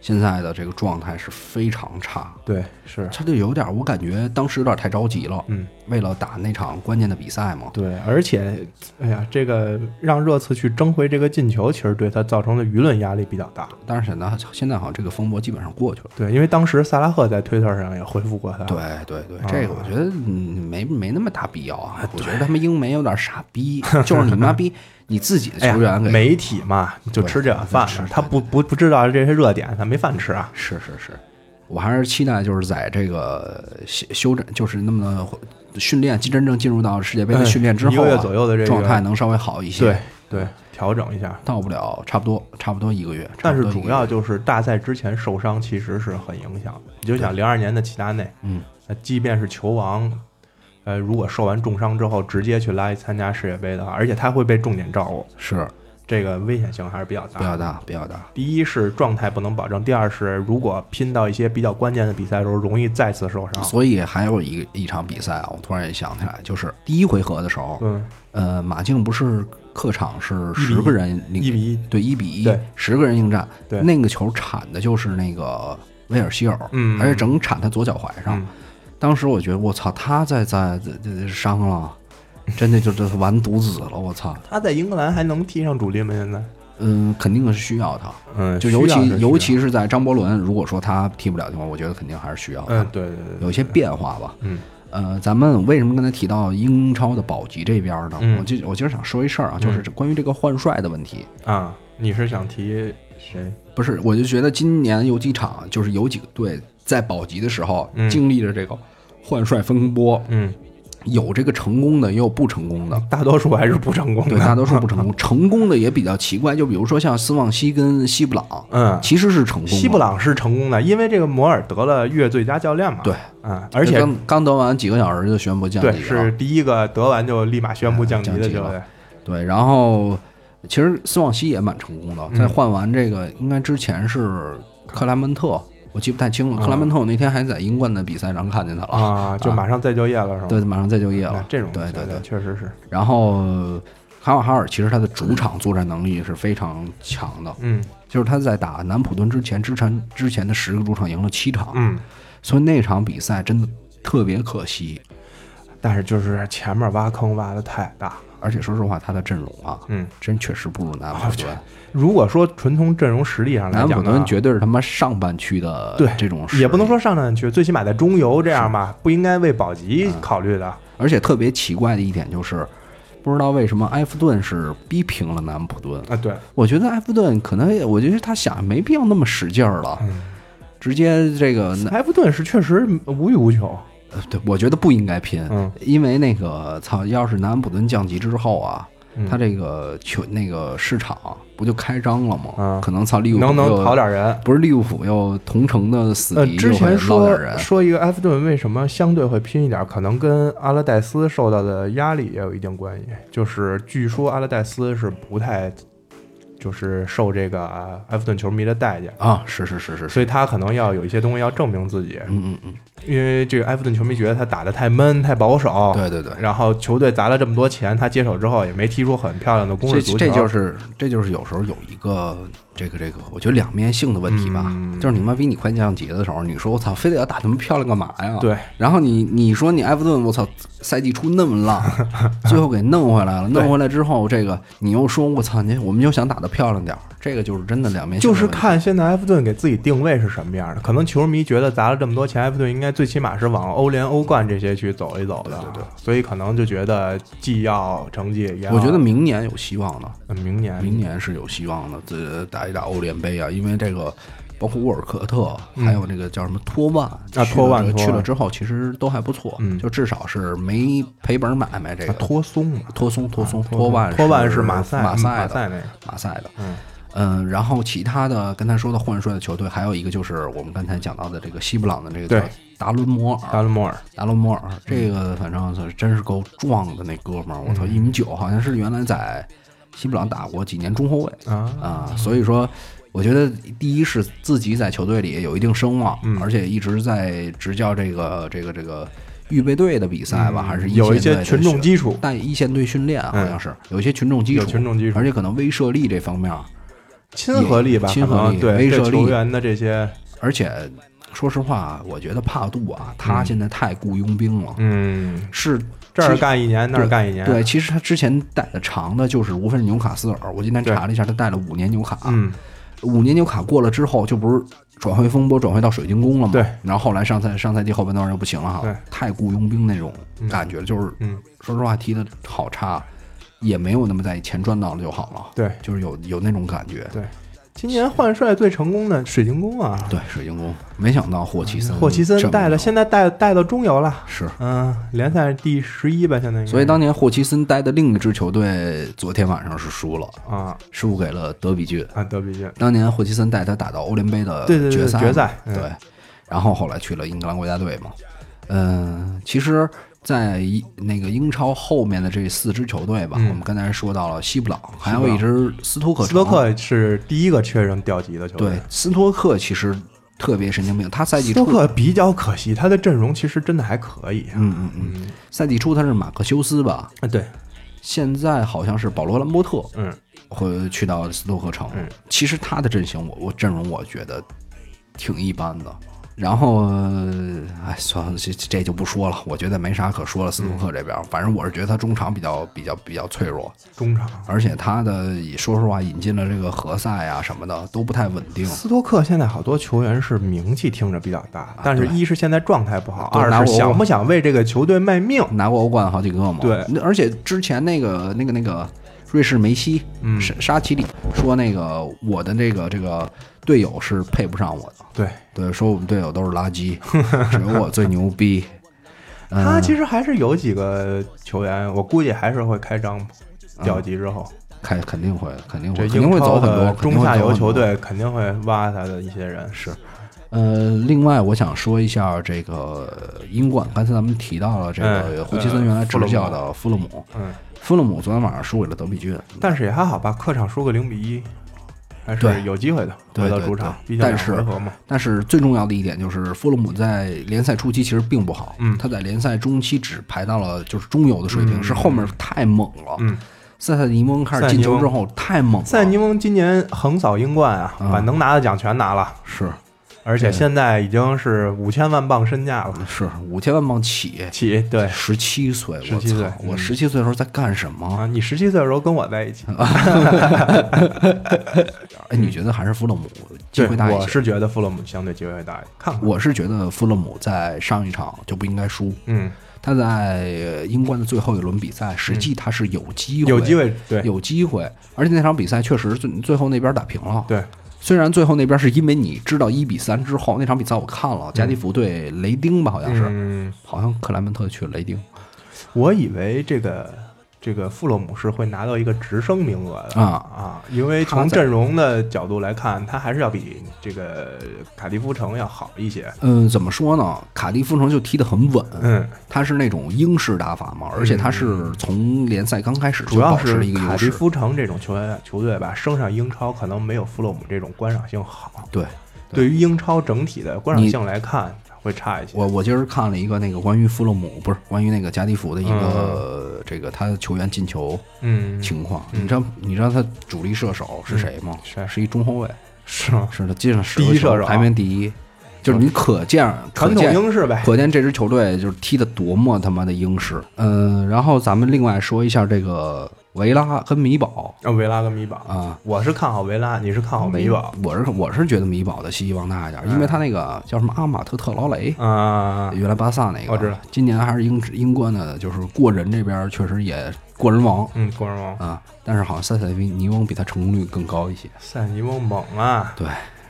S1: 现在的这个状态是非常差。
S2: 对，是
S1: 他就有点，我感觉当时有点太着急了。
S2: 嗯，
S1: 为了打那场关键的比赛嘛，
S2: 对，而且，哎呀，这个让热刺去争回这个进球，其实对他造成的舆论压力比较大。
S1: 但是现在现在好像这个风波基本上过去了。
S2: 对，因为当时萨拉赫在推特上也回复过他，
S1: 对对
S2: 啊
S1: 对，这个我觉得嗯没没那么大必要啊。我觉得他们英媒有点傻逼，就是你妈逼你自己的
S2: 哎呀
S1: 球员给
S2: 媒体嘛，就吃这碗饭
S1: 是
S2: 呢，他不不不知道这些热点，他没饭吃啊。
S1: 是是是，我还是期待就是在这个修修整，就是那么的训练真正进入到世界杯的
S2: 嗯
S1: 训练之
S2: 一
S1: 后
S2: 个
S1: 啊、
S2: 月左右的这个
S1: 状态能稍微好一些。
S2: 对，对，调整一下。
S1: 到不了差不多差不多一个月，
S2: 但是
S1: 差不多一
S2: 主
S1: 个月
S2: 要就是大赛之前受伤其实是很影响的。你就想零二年的齐达内，
S1: 嗯，
S2: 那即便是球王，呃，如果受完重伤之后直接去拉参加世界杯的话，而且他会被重点照顾，
S1: 是
S2: 这个危险性还是比较大
S1: 比
S2: 的。
S1: 较大比较大，
S2: 第一是状态不能保证，第二是如果拼到一些比较关键的比赛的时候，容易再次受伤。
S1: 所以还有一个一场比赛啊，我突然也想起来，就是第一回合的时候，
S2: 嗯，
S1: 呃，马竞不是客场是
S2: 一比一
S1: 十个人领
S2: 一比一，
S1: 对一比一
S2: 对，
S1: 十个人应战，
S2: 对
S1: 那个球铲的就是那个威尔希尔，
S2: 嗯
S1: 而且整铲他左脚踝上。
S2: 嗯
S1: 当时我觉得我操，他再再这这这伤了，真的就这完犊子了，我操，
S2: 他在英格兰还能踢上主力吗？现在，
S1: 嗯，肯定是需要他，
S2: 嗯，
S1: 就尤
S2: 需要是
S1: 其
S2: 需要
S1: 尤，其是在张伯伦，如果说他踢不了的话，我觉得肯定还是需要的，
S2: 嗯，对对对对，
S1: 有一些变化吧。
S2: 嗯，
S1: 呃，咱们为什么刚才提到英超的保级这边呢？
S2: 嗯
S1: 我就我今儿想说一事儿啊，就是关于这个换帅的问题。
S2: 啊，你是想提谁？
S1: 不是，我就觉得今年有几场，就是有几个队在保级的时候
S2: 嗯
S1: 经历着这个换帅风波，
S2: 嗯，
S1: 有这个成功的，也有不成功的。
S2: 大多数还是不成功
S1: 对，
S2: 的。
S1: 大多数不成功， 成功的也比较奇怪。就比如说像斯旺西跟西布朗，
S2: 嗯，
S1: 其实是成功的。
S2: 西布朗是成功的，因为这个摩尔得了月最佳教练嘛。
S1: 对，
S2: 嗯，而且
S1: 刚刚得完几个小时就宣布降级
S2: 对
S1: 了，啊
S2: 是第一个得完就立马宣布降级的
S1: 降级
S2: 球
S1: 了
S2: 队。
S1: 对，然后其实斯旺西也蛮成功的，
S2: 嗯
S1: 在换完这个，应该之前是克拉门特，我记不太清了。
S2: 啊
S1: 克拉门特我那天还在英冠的比赛上看见他了，
S2: 啊，就马上再就业了是吗？
S1: 对，马上再就业
S2: 那
S1: 了。
S2: 这种
S1: 对对
S2: 球队
S1: 对。
S2: 确实是，
S1: 然后卡瓦哈尔其实他的主场作战能力是非常强的，
S2: 嗯
S1: 就是他在打南普顿之前，之前之前的十个主场赢了七场，
S2: 嗯。
S1: 所以那场比赛真的特别可惜。
S2: 但是就是前面挖坑挖的太大，
S1: 而且说实话，他的阵容啊，
S2: 嗯，啊
S1: 真确实不如南普顿。
S2: 如果说纯从阵容实力上来
S1: 南普
S2: 讲呢，
S1: 敦绝对是他妈上半区的
S2: 对
S1: 这种，
S2: 也不能，说上战区，最起码在中游这样吧，不应该为保级
S1: 嗯
S2: 考虑的。
S1: 而且特别奇怪的一点就是，不知道为什么埃弗顿是逼平了南普敦。
S2: 啊，对，
S1: 我觉得埃弗顿可能也，我觉得他想没必要那么使劲儿了，
S2: 嗯，
S1: 直接这个南，
S2: 埃弗顿是确实无欲无求，
S1: 呃对，我觉得不应该拼，
S2: 嗯
S1: 因为那个操，要是南普敦降级之后啊。
S2: 嗯
S1: 他这个球那个市场不就开张了吗？
S2: 嗯
S1: 可能操利物浦
S2: 能能
S1: 又
S2: 跑，点人。
S1: 不是利物浦又同城的死
S2: 呃，
S1: 敌，
S2: 之
S1: 又会
S2: 前
S1: 捞
S2: 说
S1: 点人
S2: 说一个埃弗顿为什么相对会拼一点，可能跟阿拉戴斯受到的压力也有一定关系。就是据说阿拉戴斯是不太，就是受这个啊埃弗顿球迷的待见，
S1: 啊，是是是是是，
S2: 所以他可能要有一些东西要证明自己，
S1: 嗯嗯嗯，
S2: 因为这个埃弗顿球迷觉得他打得太闷、太保守，
S1: 对对对，
S2: 然后球队砸了这么多钱，他接手之后也没踢出很漂亮的攻
S1: 这
S2: 势足球，
S1: 这就是这就是有时候有一个这个这个，我觉得两面性的问题吧，
S2: 嗯
S1: 就是你妈逼你快降级的时候，你说我操，非得要打那么漂亮干嘛呀？。
S2: 对
S1: 然后你你说你埃弗顿，我操，赛季初那么 浪，最后给弄回来了。弄回来之后，这个你又说我操，你我们就想打得漂亮点儿，这个就是真的两面性
S2: 就
S1: 的
S2: 是
S1: 问题。
S2: 看现在埃弗顿给自己定位是什么样的。可能球迷觉得砸了这么多钱，埃弗顿应该最起码是往欧联、欧冠这些去走一走的。对对所以可能就觉得既要成绩，也要
S1: 我觉得明年有希望的，
S2: 呃明年
S1: 明年是有希望的，这打一打欧联杯啊，因为这个包括沃尔科特，还有那个叫什么托万
S2: 嗯啊
S1: 去
S2: 托万
S1: 了之
S2: 托万
S1: 去了之后其实都还不错，
S2: 嗯
S1: 就至少是没赔本买卖这
S2: 啊
S1: 个。
S2: 托松嘛，
S1: 托松，托松，托万，
S2: 托万
S1: 是
S2: 是马赛嗯
S1: 马赛
S2: 马
S1: 的，
S2: 赛那个，
S1: 马赛的。
S2: 嗯
S1: 嗯，然后其他的跟他说的换帅的球队，还有一个就是我们刚才讲到的这个西布朗的这个
S2: 对啊嗯
S1: 叫达伦摩尔，
S2: 达伦摩尔，
S1: 达伦摩尔这个反正是真是够壮的那哥们儿，我
S2: 嗯
S1: 操，一米九，好像是原来在西布朗打过几年中后卫
S2: 啊
S1: 啊，所以说。我觉得第一是自己在球队里有一定声望，
S2: 嗯
S1: 而且一直在执教这个这个这个预备队的比赛吧，还是
S2: 嗯有一
S1: 线队
S2: 些
S1: 的
S2: 群
S1: 训
S2: 众基础，
S1: 带一线队训练啊，好像是有一些群众基础，
S2: 嗯有群众基础
S1: 而且可能威慑力这方面，啊
S2: 亲和力吧，
S1: 亲和
S2: 可能
S1: 力
S2: 对
S1: 威慑
S2: 对
S1: 力
S2: 球员的这些，
S1: 而且说实话，我觉得帕杜啊，他现在太雇佣兵了，
S2: 嗯，
S1: 是
S2: 这
S1: 其
S2: 儿
S1: 实
S2: 干一年，那儿
S1: 对
S2: 干一年，
S1: 对，其实他之前带的长的就是无非是纽卡斯尔，我今天
S2: 对
S1: 查了一下，他带了五年纽卡，
S2: 嗯，
S1: 五年纽卡过了之后，就不是转会风波转回到水晶宫了嘛？
S2: 对。
S1: 然后后来上赛上赛季后半段又不行了
S2: 对
S1: 哈，太雇佣兵那种感觉，就是
S2: 嗯
S1: 说实话踢的好差，也没有那么在意，钱赚到了就好了。
S2: 对
S1: 就是有有那种感觉。
S2: 对，今年换帅最成功的水晶宫啊，
S1: 对，水晶宫，没想到霍奇森，
S2: 嗯霍奇森带了，现在带带到中游了，
S1: 是。
S2: 嗯，联赛第十一吧，现在应该
S1: 所以当年霍奇森带的另一支球队，昨天晚上是输了，
S2: 啊
S1: 输给了德比郡。
S2: 啊德比郡，
S1: 当年霍奇森带他打到欧联杯的
S2: 对对对
S1: 决赛嘛，
S2: 决赛嗯
S1: 对，然后后来去了英格兰国家队嘛。嗯，其实，在一那个英超后面的这四支球队吧，
S2: 嗯
S1: 我们刚才说到了西布朗，还
S2: 布
S1: 有
S2: 朗
S1: 一支斯托克城。
S2: 斯托克是第一个确认调级的球
S1: 对
S2: 队。
S1: 斯托克其实特别神经病，他赛季
S2: 斯托
S1: 初，
S2: 克比较可惜，他的阵容其实真的还可以。
S1: 嗯嗯嗯，赛季初他是马克修斯吧，
S2: 啊，对，
S1: 现在好像是保罗兰伯特
S2: 嗯，
S1: 会去到斯托克城。
S2: 嗯
S1: 其实他的阵型我我阵容我觉得挺一般的，然后，哎，算了，这这就不说了，我觉得没啥可说了。斯图克这边，反正我是觉得他中场比较比较比较脆弱，
S2: 中场。
S1: 而且他的说实话引进了这个何塞啊什么的都不太稳定。
S2: 斯托克现在好多球员是名气听着比较大，但是
S1: 啊对
S2: 一是现在状态不好，
S1: 都
S2: 二
S1: 拿
S2: 是
S1: 过
S2: 想不想为这个球队卖命。
S1: 拿过欧冠好几个嘛，
S2: 对
S1: 那，而且之前那个那个那个瑞士梅西，
S2: 嗯
S1: 沙沙奇里说那个我的这个这个队友是配不上我的，
S2: 对
S1: 对，说我们队友都是垃 圾，只有我最牛逼。嗯、
S2: 他其实还是有几个球员，我估计还是会开张
S1: 嗯
S2: 调集之后，
S1: 肯肯定会肯定
S2: 这
S1: 会肯定
S2: 英
S1: 会走
S2: 超
S1: 很多
S2: 的中下
S1: 肯定会
S2: 游球。
S1: 走很多
S2: 队肯定会挖他的一些人。是，
S1: 呃，另外我想说一下这个英冠，刚才咱们提到了这个
S2: 嗯
S1: 胡奇森原来执教的
S2: 呃
S1: 弗洛姆，
S2: 嗯，
S1: 弗洛姆昨天晚上输给了德比郡，
S2: 但是也还好吧，客场输个零比一，还
S1: 对
S2: 是有机会的，
S1: 对
S2: 回到
S1: 对
S2: 主场
S1: 对，
S2: 毕竟
S1: 但
S2: 两
S1: 是
S2: 回合嘛。
S1: 但是最重要的一点就是，弗洛姆在联赛初期其实并不好，
S2: 嗯
S1: 他在联赛中期只排到了就是中游的水平，
S2: 嗯
S1: 是后面太猛了。
S2: 嗯，
S1: 塞萨尼翁开始进球之后太猛了，
S2: 塞尼翁今年横扫英冠啊，
S1: 嗯
S2: 把能拿的奖全拿了，
S1: 是
S2: 而且现在已经是五千万镑身价了。
S1: 是五千万镑起，
S2: 起对
S1: 十七岁，我
S2: 17岁
S1: 操！我
S2: 嗯
S1: 十七岁的时候在干什么？
S2: 啊，你十七岁的时候跟我在一起，
S1: 啊哎，你觉得还是弗洛姆机
S2: 对
S1: 会大一
S2: 我
S1: 些？
S2: 是觉得弗洛姆相对机会大一些。看看，
S1: 我是觉得弗洛姆在上一场就不应该输，
S2: 嗯，
S1: 他在英冠的最后一轮比赛，实际他是有机会，
S2: 嗯有机会对
S1: 有机会，而且那场比赛确实最最后那边打平了。
S2: 对，
S1: 虽然最后那边是因为你知道一比三之后那场比赛我看了，加利福对雷丁吧，好像是，
S2: 嗯，
S1: 好像克莱门特去了雷丁
S2: 我以为这个这个弗洛姆是会拿到一个直升名额的
S1: 啊
S2: 啊，因为
S1: 他
S2: 从
S1: 在
S2: 阵容的角度来看，他还是要比这个卡迪夫城要好一些。
S1: 嗯，怎么说呢？卡利夫城就踢得很稳，
S2: 嗯，
S1: 他是那种英式打法嘛，而且他是从联赛刚开始就
S2: 主要
S1: 保持
S2: 是
S1: 了一个优
S2: 卡迪
S1: 势。
S2: 夫城这种球员球队吧，升上英超可能没有弗洛姆这种观赏性好。
S1: 对，
S2: 对于英超整体的观赏
S1: 你
S2: 性来看，会差一些。
S1: 我我今儿看了一个那个关于弗洛姆，不是关于那个加迪福的一个、这个他球员进球
S2: 嗯，
S1: 情况。你知道你知道他主力射手是谁吗？
S2: 谁
S1: 是一中后卫，
S2: 是吗？
S1: 是的，进了十
S2: 第
S1: 个
S2: 一
S1: 球
S2: 射手
S1: 排名第一，就是你可见可
S2: 传统
S1: 见
S2: 英式呗。
S1: 可见这支球队就是踢得多么他妈的英式。嗯，然后咱们另外说一下这个维拉跟米堡
S2: 啊，维拉跟米堡，
S1: 啊。
S2: 我是看好维拉，你是看好哦米堡嗯
S1: 我是我是觉得米堡的信息望大一点，因为他那个叫什么阿马特特劳雷，
S2: 啊？
S1: 原来巴萨那个，
S2: 我知道
S1: 今年还是英英冠的，就是过人这边确实也过人王
S2: 嗯，国人王
S1: 啊，但是好像塞塞维尼翁比他成功率更高一些。
S2: 塞尼翁猛啊！
S1: 对，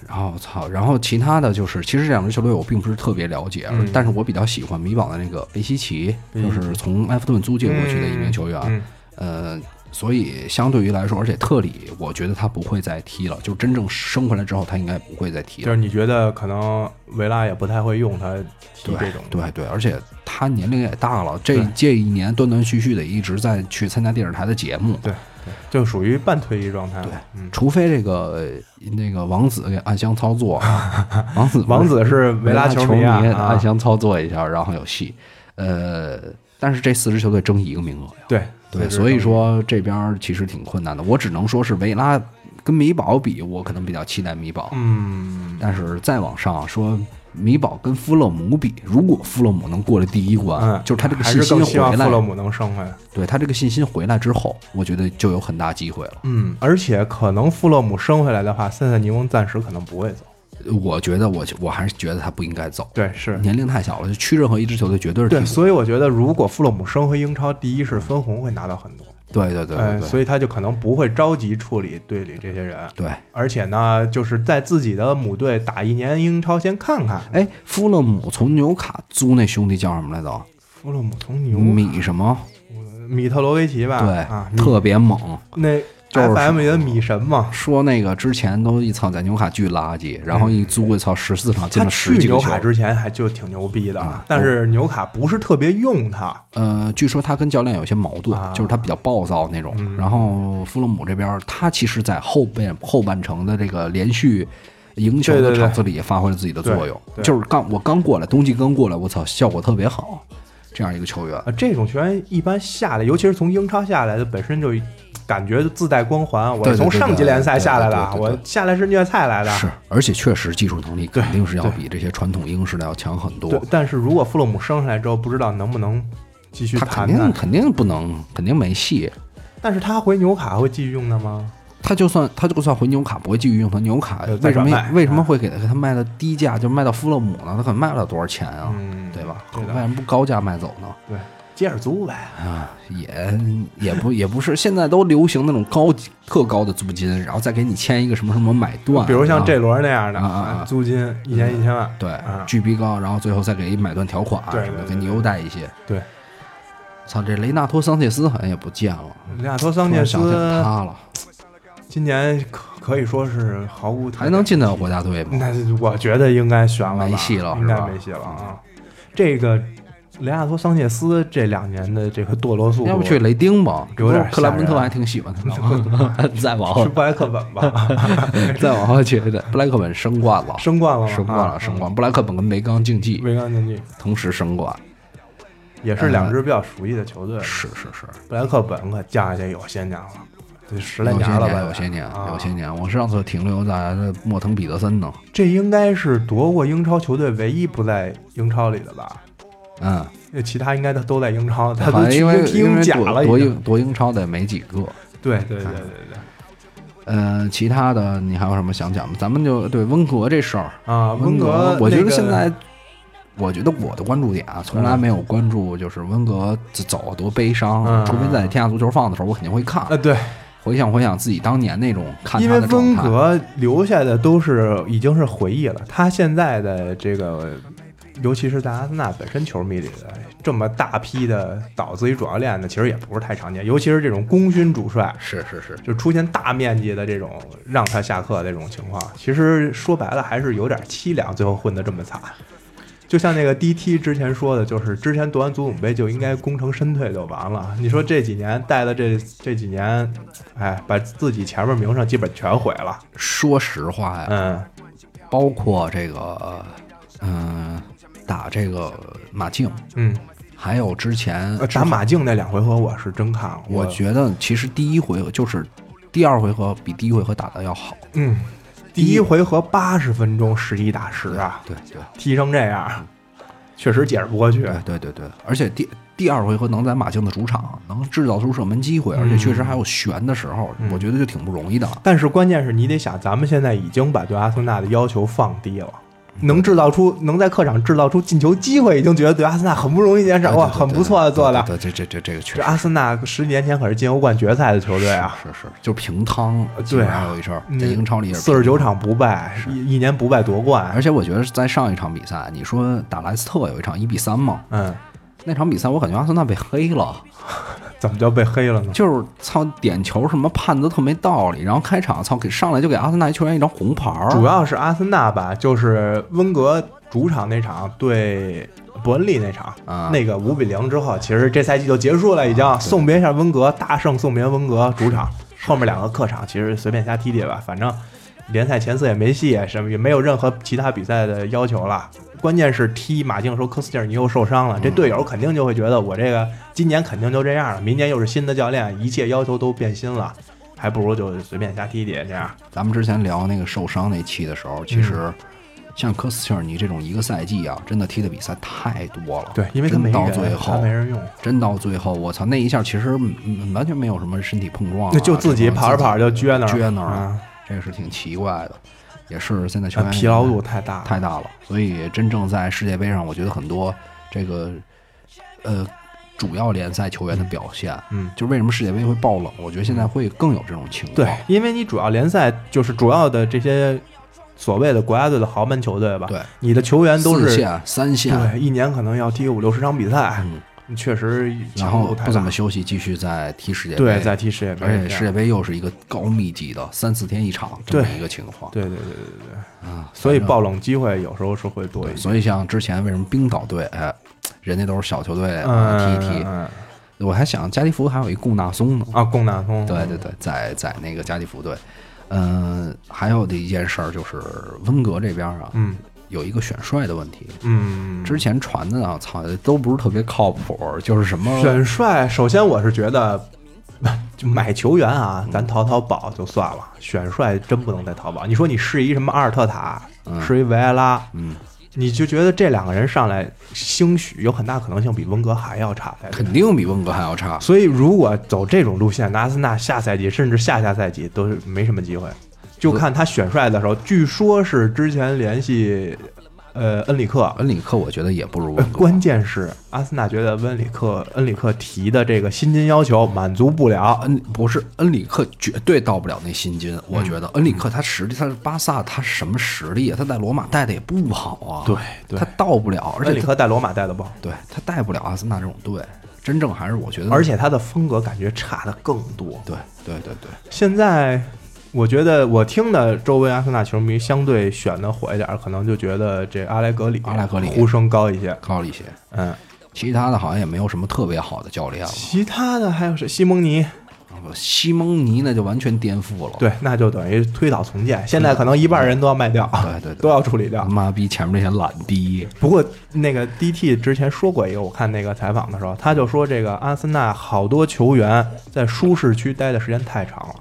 S1: 然后哦操，然后其他的就是，其实这两支球队我并不是特别了解，啊
S2: 嗯
S1: 但是我比较喜欢米堡的那个贝西奇，
S2: 贝西
S1: 就
S2: 奇
S1: 是从埃弗顿租借过去的一名球员，
S2: 嗯
S1: 呃。所以相对于来说，而且特里，我觉得他不会再踢了，就真正升回来之后，他应该不会再踢
S2: 就
S1: 了。
S2: 是你觉得可能维拉也不太会用他踢
S1: 对
S2: 这种，
S1: 对对，而且他年龄也大了，这
S2: 对
S1: 这一年断断续续的一直在去参加电视台的节目，
S2: 对，就属于半退役状态。
S1: 对
S2: 嗯，
S1: 除非这个呃那个王子给暗箱操 作啊，王子不是
S2: 王子是维拉
S1: 球
S2: 迷啊，啊
S1: 暗箱操作一下，然后有戏。呃，但是这四支球队争一个名额呀，
S2: 对
S1: 对，所以说这边儿其实挺困难的。我只能说是维拉跟米堡比，我可能比较期待米堡，
S2: 嗯，
S1: 但是再往上说。米堡跟弗洛姆比，如果弗洛姆能过了第一关，
S2: 嗯，
S1: 啊就是他这个
S2: 还
S1: 信
S2: 是
S1: 心
S2: 更希望
S1: 回
S2: 弗
S1: 来，
S2: 洛姆能升回来。
S1: 对他这个信心回来之后，我觉得就有很大机会了。
S2: 嗯，而且可能弗洛姆升回来的话，塞塞尼翁暂时可能不会走。
S1: 我觉得我我还是觉得他不应该走，
S2: 对，是
S1: 年龄太小了，就去任何一支球队绝对是踢
S2: 对，
S1: 不
S2: 所以我觉得如果弗洛姆升回英超，第一是分红会拿到很多，
S1: 对对对
S2: 哎，
S1: 对对
S2: 所以他就可能不会着急处理队里这些人，
S1: 对。
S2: 而且呢，就是在自己的母队打一年英超先看看。
S1: 哎，弗勒姆从纽卡租那兄弟叫什么来着？
S2: 弗洛姆从牛
S1: 米什么？
S2: 米特罗维奇吧，
S1: 对，
S2: 啊，米
S1: 特别猛。
S2: 那
S1: 就是
S2: FM 里的米神嘛，
S1: 说那个之前都一操在纽卡巨垃圾，然后一租一操十四场进
S2: 他
S1: 了十
S2: 去
S1: 几个
S2: 纽
S1: 球
S2: 卡。之前还就挺牛逼
S1: 啊
S2: 的，但是纽卡不是特别用他，
S1: 呃，据说他跟教练有些矛盾，
S2: 啊嗯
S1: 就是他比较暴躁那种。然后弗勒姆这边，他其实，在后半后半程的这个连续。赢球
S2: 对
S1: 的
S2: 对对
S1: 场次里也发挥了自己的作用，
S2: 对对
S1: 就是刚我刚过来，冬季刚过来，我操，效果特别好。这样一个球员。
S2: 啊，这种球员一般下来，尤其是从英超下来的，本身就感觉自带光环。我
S1: 对对
S2: 是从
S1: 对
S2: 上级
S1: 对
S2: 联赛
S1: 对
S2: 下来
S1: 对
S2: 的，
S1: 对对
S2: 我下来是虐菜来的。
S1: 是，而且确实技术能力肯定是要
S2: 哎对
S1: 比这些传统英式的要强很
S2: 对
S1: 多。，
S2: 但是如果弗洛姆升上来之后，不知道能不能继续
S1: 他
S2: 谈
S1: 肯定
S2: 呢？
S1: 肯定不能，肯定没戏。
S2: 但是他回纽卡会继续用他吗？
S1: 他就算他就算回纽卡不会继续用他，纽卡
S2: 呃再
S1: 为什
S2: 转
S1: 么
S2: 卖
S1: 为什么会给他给他卖的低价，就卖到弗勒姆呢？他可能卖不了多少钱啊，
S2: 嗯，
S1: 对吧？
S2: 对
S1: 为
S2: 的，
S1: 什么不高价卖走呢？
S2: 对，接着租呗。
S1: 啊，也也不也不是，现在都流行那种高级特高的租金，然后再给你签一个什么什么买断，
S2: 比如像这
S1: 啊
S2: 轮那样的，
S1: 啊啊啊
S2: 租金一年一千万，
S1: 对
S2: 啊
S1: 巨逼高，然后最后再给一买断条款
S2: 对
S1: 什么的，
S2: 对
S1: 给你
S2: 对
S1: 优待一些。
S2: 对，
S1: 操，这雷纳托桑切斯好像也不见了，
S2: 雷嗯亚托
S1: 突
S2: 桑切
S1: 然想起来
S2: 斯
S1: 他了，
S2: 今年可可以说是毫无特
S1: 还能进到国家队吗？
S2: 那我觉得应该悬了吧，
S1: 没戏了
S2: 应该
S1: 是吧
S2: 没戏了啊。这个雷亚托桑切斯这两年的这个堕落速度，
S1: 要不去雷丁吧？
S2: 有点吓人啊
S1: 克莱文特还挺喜欢他的， 再往后
S2: 去布莱克本 吧，
S1: 再往后去，布莱克本升冠了，
S2: 升冠了吗，
S1: 升冠
S2: 啊
S1: 了，升。冠。布莱克本跟梅冈竞技
S2: 维冈竞技
S1: 同时升冠，
S2: 也是两支比较熟悉的球队，
S1: 嗯是是是，
S2: 布莱克本可降下去有些年了，得十来
S1: 有
S2: 年
S1: 些
S2: 了
S1: 年
S2: 吧，
S1: 有些年
S2: 啊
S1: 有些年，我上次停留在莫腾彼得森呢，
S2: 这应该是夺过英超球队唯一不在英超里的吧？
S1: 嗯，
S2: 那其他应该都都在英超， 他
S1: 好
S2: 都
S1: 像
S2: 去
S1: 因为
S2: 踢
S1: 因
S2: 英
S1: 为
S2: 甲了
S1: 夺夺
S2: 已经。
S1: 英夺英超的没几个，
S2: 对对对对对
S1: 呃，其他的你还有什么想讲的？咱们就对温格这事儿，
S2: 啊！温格
S1: 格，，嗯我觉
S2: 那
S1: 得
S2: 个
S1: 现在，我觉得我的关注点啊，从来没有关注就是温格走多悲伤
S2: 嗯，
S1: 除非在天下足球放的时候，我肯定会看，
S2: 啊对，
S1: 回想回想自己当年那种看
S2: 因
S1: 他
S2: 为
S1: 的状
S2: 温
S1: 态。
S2: 格留下的都是已经是回忆了，他现在的这个，尤其是在阿森纳本身球迷里的这么大批的导自己主教练的，其实也不是太常见，尤其是这种功勋主帅，
S1: 是是是，
S2: 就出现大面积的这种让他下课的这种情况，其实说白了还是有点凄凉，最后混得这么惨。就像那个 DT 之前说的，就是之前夺完足总杯就应该功成身退就完了。你说这几年带的这这几年，哎，把自己前面名声基本全毁了。
S1: 说实话呀，
S2: 嗯，
S1: 包括这个，呃嗯、打这个马竞，
S2: 嗯，
S1: 还有之前
S2: 呃打马竞那两回合我是真看了，
S1: 我觉得其实第一回合就是第二回合比第一回合打的要好。
S2: 嗯，第一回合八十分钟十一打十啊，
S1: 对对
S2: 踢成这样，确实解释不过去。
S1: 对对对对，而且第第二回合能在马竞的主场能制造出射门机会，而且确实还有悬的时候，我觉得就挺不容易的。
S2: 但嗯是关键是你得想，咱们现在已经把对阿森纳的要求放低了，
S1: 嗯
S2: 能制造出能在客场制造出进球机会，已经觉得对阿森纳很不容易一件事，
S1: 对
S2: 哇，
S1: 对对
S2: 很不错的啊做的。
S1: 对对对，这这这个确实
S2: 这阿森纳十几年前可是进欧冠决赛的球队啊，嗯
S1: 是是，就平汤，基本上有一阵儿在英超里也
S2: 四十九场不败，一一年不败夺冠。
S1: 而且我觉得在上一场比赛，你说打莱斯特有一场一比三嘛，
S2: 嗯，
S1: 那场比赛我感觉阿森纳被黑了，
S2: 怎么就被黑了呢？
S1: 就是操点球什么判的特没道理，然后开场操给上来就给阿森纳一球员一张红牌儿，
S2: 主要是阿森纳吧，就是温格主场那场对伯恩利那场，
S1: 啊
S2: 那个五比零之后，其实这赛季就结束了，已经、送别一下温格，大胜送别温格主场，后面两个客场其实随便瞎踢踢吧，反正联赛前四也没戏，什么也没有任何其他比赛的要求了。关键是踢马竞的时候，科斯蒂尔尼又受伤了，这队友肯定就会觉得我这个今年肯定就这样了，明年又是新的教练，一切要求都变心了，还不如就随便瞎踢踢这样。
S1: 咱们之前聊那个受伤那期的时候，
S2: 嗯
S1: 其实像科斯切尔尼这种一个赛季啊，真的踢的比赛太多了。
S2: 对，因为他
S1: 真
S2: 没人，
S1: 到最
S2: 他
S1: 后
S2: 没，人用，
S1: 真到最后，我操，那一下其实嗯完全没有什么身体碰撞啊、
S2: 那就自己
S1: 这种
S2: 跑着跑着就撅那儿，
S1: 撅那儿
S2: 啊
S1: 了，这个是挺奇怪的，也是现在球
S2: 呃
S1: 员
S2: 疲劳度太大了。
S1: 太大了，所以真正在世界杯上，我觉得很多这个呃主要联赛球员的表现，
S2: 嗯
S1: 就为什么世界杯会爆冷，我觉得现在会更有这种情况。
S2: 对，因为你主要联赛就是主要的这些所谓的国家队的豪门球队吧，
S1: 对，
S2: 你的球员都
S1: 四
S2: 是
S1: 线、三线，
S2: 对，一年可能要踢五六十场比赛，
S1: 嗯，
S2: 确实
S1: 然
S2: 强
S1: 后
S2: 度太
S1: 不怎
S2: 大
S1: 么。休息，继续再踢世界杯。
S2: 对，在踢世界杯
S1: 而且
S2: 这样
S1: 世界杯又是一个高密集的，三四天一场这么一个情况。
S2: 对对对对对对，
S1: 啊，
S2: 所以
S1: 反正
S2: 爆冷机会有时候是会多一
S1: 对，
S2: 些。
S1: 所以像之前为什么冰岛队，哎，人家都是小球队
S2: 嗯，
S1: 踢一踢，
S2: 嗯
S1: 我还想加利福还有一贡纳松呢。
S2: 啊，贡纳松，
S1: 对对对，在在那呃个加利福队，嗯、还有的一件事儿就是温格这边啊，
S2: 嗯，
S1: 有一个选帅的问题。
S2: 嗯，
S1: 之前传的啊，操，都不是特别靠谱，就是什么
S2: 选帅，首先我是觉得，就买球员啊，
S1: 嗯
S2: 咱淘淘宝就算了，选帅真不能再淘宝。你说你是一什么阿尔特塔，是一维埃拉，
S1: 嗯，
S2: 你就觉得这两个人上来，兴许有很大可能性比温格还要差才对。
S1: 肯定比温格还要差。
S2: 所以，如果走这种路线，那阿森纳下赛季甚至下下赛季都是没什么机会。就看他选帅的时候，据说是之前联系，呃，恩里克，
S1: 恩里克我觉得也不如温格。
S2: 呃关键是阿森纳觉得温里克恩里克提的这个薪金要求满足不了。
S1: 恩不是恩里克绝对到不了那薪金，
S2: 嗯
S1: 我觉得恩里克他实力，他是巴萨，他什么实力啊？他在罗马带的也不好啊，
S2: 对对
S1: 他到不了，而
S2: 恩
S1: 且
S2: 里
S1: 他
S2: 克带罗马带的不好，
S1: 对他带不了阿森纳这种队，真正还是我觉得，
S2: 而且他的风格感觉差的更多。
S1: 对对对对，
S2: 现在我觉得我听的周围阿森纳球迷相对选的火一点儿，可能就觉得这阿莱格里啊
S1: 阿莱格里
S2: 呼声高一些。
S1: 高了一些，
S2: 嗯，
S1: 其他的好像也没有什么特别好的教练了。
S2: 其他的还有是西蒙尼，
S1: 然后西蒙尼那就完全颠覆了，
S2: 对，那就等于推倒重建。现在可能一半人都要卖掉，
S1: 对对对
S2: 都要处理掉
S1: 他。妈逼前面那些懒逼，
S2: 不过那个 DT 之前说过一个，我看那个采访的时候，他就说这个阿森纳好多球员在舒适区待的时间太长了。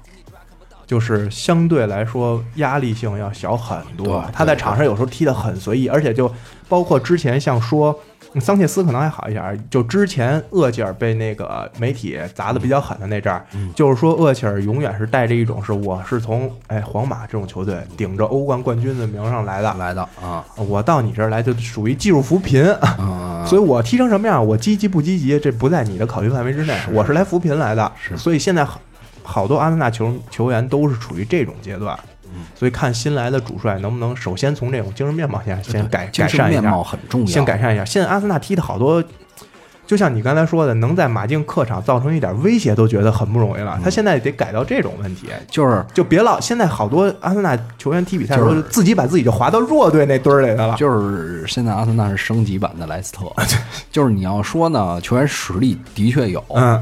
S2: 就是相对来说压力性要小很多
S1: 对，
S2: 他在场上有时候踢得很随意，而且就包括之前像说嗯桑切斯可能还好一点儿，就之前厄齐尔被那个媒体砸得比较狠的那阵儿，就是说厄齐尔永远是带着一种是我是从哎皇马这种球队顶着欧冠冠军的名上来的，
S1: 来的啊，
S2: 我到你这儿来就属于技术扶贫，啊
S1: 嗯，
S2: 所以我踢成什么样，我积极不积极，这不在你的考虑范围之内。我是来扶贫来的，
S1: 是
S2: 所以现在好好多阿森纳球球员都是处于这种阶段。
S1: 嗯
S2: 所以看新来的主帅能不能首先从这种精神面貌下先改
S1: 嗯精神
S2: 改善一
S1: 面
S2: 下
S1: 貌，很重要，
S2: 先改善一下。现在阿森纳踢的好多，就像你刚才说的，能在马竞客场造成一点威胁都觉得很不容易
S1: 嗯
S2: 了。他现在得改到这种问题，
S1: 就是
S2: 就别老现在好多阿森纳球员踢比赛的时候，
S1: 就
S2: 就是自己把自己就划到弱队那堆儿里来了。
S1: 就是现在阿森纳是升级版的莱斯特，
S2: 啊
S1: 就是你要说呢，球员实力的确有，
S2: 嗯，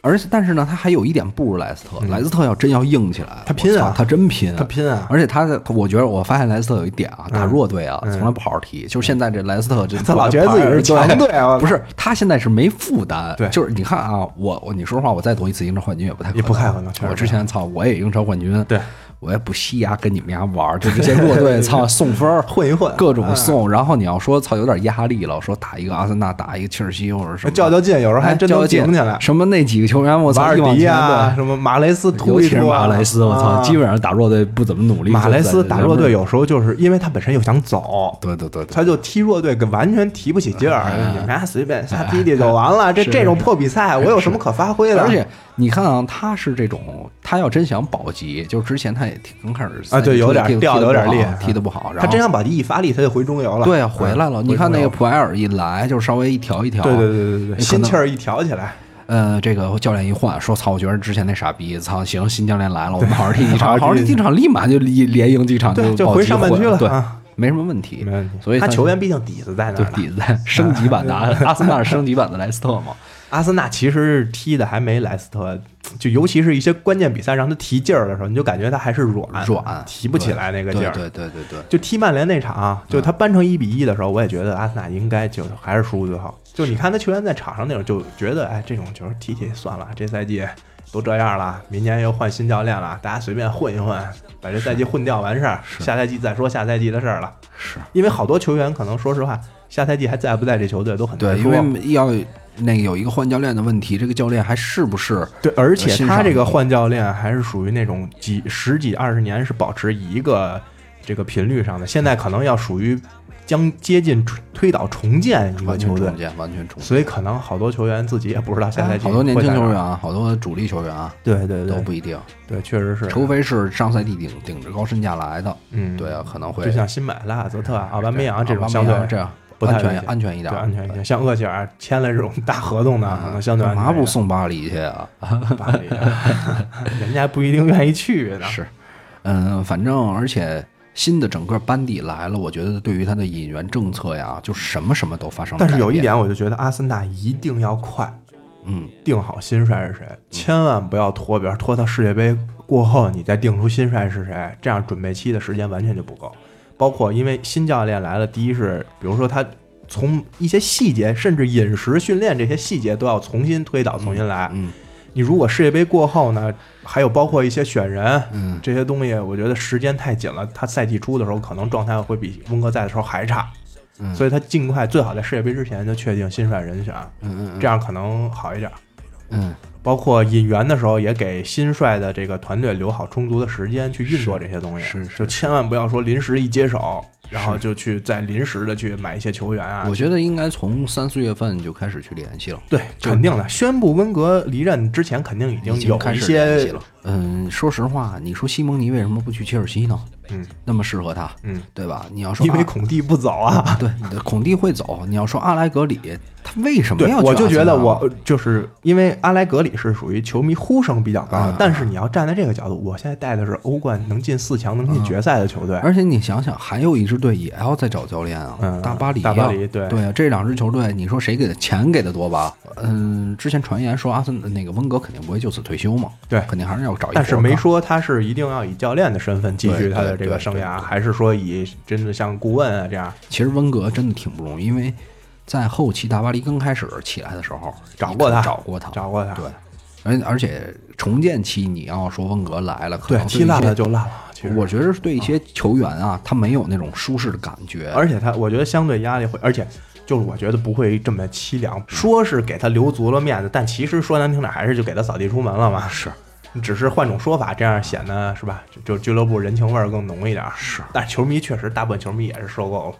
S1: 而且但是呢，他还有一点不如莱斯特，莱斯特要真要硬起来，
S2: 他拼啊
S1: 我操他真拼，
S2: 他拼啊
S1: 而且他的，我觉得我发现莱斯特有一点啊，打弱队啊，从来不好好踢，就是现在这莱斯特这
S2: 嗯他老觉得自己是强队啊
S1: 不是他现在是没负担，
S2: 对
S1: 就是你看啊，我我你说实话，我再夺一次英超冠军也不太
S2: 也不太可
S1: 可
S2: 能确实
S1: 我
S2: 不
S1: 之
S2: 太
S1: 前操，我也英超冠军，
S2: 对。
S1: 我也不惜呀，跟你们家玩儿，就这些弱 队操送分儿
S2: 混一混
S1: 各种送。然后你要说操有点压力了，说打一个阿森纳，打一个切尔西或者什么，
S2: 较较劲，有时候还真
S1: 哎
S2: 能
S1: 较劲
S2: 顶起来。
S1: 什么那几个球员，我
S2: 瓦
S1: 操，
S2: 尔
S1: 一往
S2: 迪啊
S1: 前
S2: 呀，
S1: 对
S2: 什么马雷斯突
S1: 尤
S2: 一
S1: 其是
S2: 突啊，
S1: 马雷斯，我操，
S2: 啊
S1: 基本上打弱队不怎么努力。
S2: 马雷斯
S1: 就在
S2: 打弱队，有时候就是因为他本身又想走，
S1: 对对对对，
S2: 他就踢弱队跟完全提不起劲儿，你们俩随便瞎踢踢就完了。这
S1: 哎是
S2: 这种破比赛，我有什么可发挥的？
S1: 而且你看啊，他是这种，他要真想保级，就是之前他也挺刚开始
S2: 啊，对，有点
S1: 踢得
S2: 掉
S1: 踢得
S2: 的有点
S1: 不好
S2: 厉害，
S1: 踢得不好，然
S2: 他
S1: 后
S2: 真想把一发力，他就回中游了。
S1: 对啊回来了。
S2: 嗯
S1: 你看那个
S2: 回中游
S1: 普埃尔一来，就稍微一调一调，
S2: 对对对对对，
S1: 可
S2: 心
S1: 能
S2: 气儿一挑起来，
S1: 呃，这个教练一换，说操，我觉得之前那傻逼，操，行，新教练来了，我们好好踢几场，
S2: 好
S1: 好
S2: 好
S1: 好
S2: 踢
S1: 踢几场，立马就连连赢几场
S2: 对就
S1: 保
S2: 回
S1: 级
S2: 上半区了
S1: 对
S2: 啊，
S1: 没什么问题，
S2: 没问题。
S1: 所以
S2: 他
S1: 现
S2: 球员毕竟底子在那
S1: 就
S2: 儿呢。
S1: 底子 在升级版的阿阿森纳是升级版的莱斯特 嘛，
S2: 阿森纳其实踢的还没莱斯特，就尤其是一些关键比赛让他提劲儿的时候，你就感觉他还是软
S1: 软
S2: 提不起来那个劲儿。
S1: 对嗯对对对对，
S2: 就踢曼联那场，啊就他扳成一比一的时候，我也觉得阿森纳应该就还是输最后。就你看他球员在场上那种，就觉得哎，这种球踢踢算了，这赛季都这样了，明年又换新教练了，大家随便混一混，把这赛季混掉完事儿，下赛季再说下赛季的事儿了。
S1: 是
S2: 因为好多球员可能说实话，下赛季还在不在这球队都很难
S1: 对，
S2: 说。
S1: 因为要那个有一个换教练的问题，这个教练还是不是
S2: 对，而且
S1: 欣
S2: 他
S1: 赏
S2: 这个
S1: 你
S2: 换教练还是属于那种几十几二十年是保持一个这个频率上的，现在可能要属于将接近推推倒重建一个
S1: 完全
S2: 球队
S1: 重，建，完全重建？哎
S2: 所以可能好多球员自己也不知道下赛季
S1: 好多年轻
S2: 会在
S1: 球
S2: 哪儿
S1: 员，啊，好多主力球员啊，
S2: 对对
S1: 都
S2: 对
S1: 不一定，
S2: 对，确实是，
S1: 除非是上赛季顶顶着高身价来的，
S2: 嗯，
S1: 对啊，可能会
S2: 就像新买拉亚泽特啊、奥巴梅扬
S1: 对
S2: 这
S1: 奥
S2: 种
S1: 巴
S2: 相
S1: 梅
S2: 对
S1: 扬这样
S2: 不太
S1: 安全
S2: 危险
S1: 安全一
S2: 对
S1: 点，啊
S2: 安全一些，像厄齐尔签了这种大合同的，可能相对
S1: 干
S2: 安
S1: 嘛
S2: 全
S1: 不
S2: 一点
S1: 送巴黎去啊？
S2: 巴黎啊 人家不一定愿意去呢，
S1: 是，嗯，反正而且新的整个班底来了，我觉得对于他的引援政策呀，就什么什么都发生了
S2: 但是
S1: 改
S2: 有一
S1: 变，
S2: 点我就觉得阿森纳一定要快。
S1: 嗯，
S2: 定好新帅是谁，千万不要拖，比如拖到世界杯过后你再定出新帅是谁，这样准备期的时间完全就不够。包括因为新教练来了，第一是比如说他从一些细节，甚至饮食、训练这些细节都要重新推导、重新来。
S1: 嗯
S2: 你如果世界杯过后呢，还有包括一些选人
S1: 嗯，
S2: 这些东西，我觉得时间太紧了，他赛季初的时候可能状态会比温格在的时候还差，
S1: 嗯
S2: 所以他尽快最好在世界杯之前就确定新帅人选，
S1: 嗯
S2: 这样可能好一点。
S1: 嗯
S2: 包括引援的时候，也给新帅的这个团队留好充足的时间去运作这些东西，
S1: 是是
S2: 就是千万不要说临时一接手，然后
S1: 是
S2: 就去再临时的去买一些球员啊
S1: 我。觉得应该从三四月份就开始去联系了。
S2: 对，
S1: 就
S2: 肯定的。宣布温格离任之前，肯定已经
S1: 已
S2: 有
S1: 经开
S2: 一
S1: 始联系
S2: 些
S1: 了。嗯，说实话，你说西蒙尼为什么不去切尔西呢？
S2: 嗯，
S1: 那么适合他，
S2: 嗯，
S1: 对吧？你要说
S2: 因为
S1: 啊
S2: 孔蒂不走啊。
S1: 对孔蒂会走，你要说阿莱格里，他为什么
S2: 对，
S1: 要去
S2: 我就
S1: 阿森
S2: 觉
S1: 纳啊
S2: 得我就是因为阿莱格里是属于球迷呼声比较高的
S1: 啊，
S2: 但是你要站在这个角度，我现在带的是欧冠能进四强、能进决赛的球队，
S1: 而且你想想，还有一支队也要在找教练啊，
S2: 嗯
S1: 大巴黎、啊，
S2: 大巴黎对
S1: 对啊，这两支球队，你说谁给的钱给的多吧？嗯，之前传言说阿森那个温格肯定不会就此退休嘛，
S2: 对
S1: 肯定还是要找一活干，
S2: 但是没说他是一定要以教练的身份继续
S1: 对
S2: 他的
S1: 对
S2: 这个
S1: 对
S2: 生
S1: 对
S2: 涯，
S1: 对
S2: 还是说以真的像顾问啊这样
S1: 其实温格真的挺不容易，因为在后期大巴黎刚开始起来的时候，
S2: 找过他
S1: 你找过他，
S2: 找过他？
S1: 对，而而且重建期你要说温格来了，可
S2: 对
S1: 能，对
S2: 踢烂
S1: 一些
S2: 了就烂了，其实
S1: 我觉得是对一些球员啊，他没有那种舒适的感觉，
S2: 而且他，我觉得相对压力会，而且就是我觉得不会这么凄凉。说是给他留足了面子，但其实说难听点，还是就给他扫地出门了嘛。
S1: 是，
S2: 只是换种说法，这样显得是吧？就就俱乐部人情味儿更浓一点。是，但球迷确实，大部分球迷也是受够了。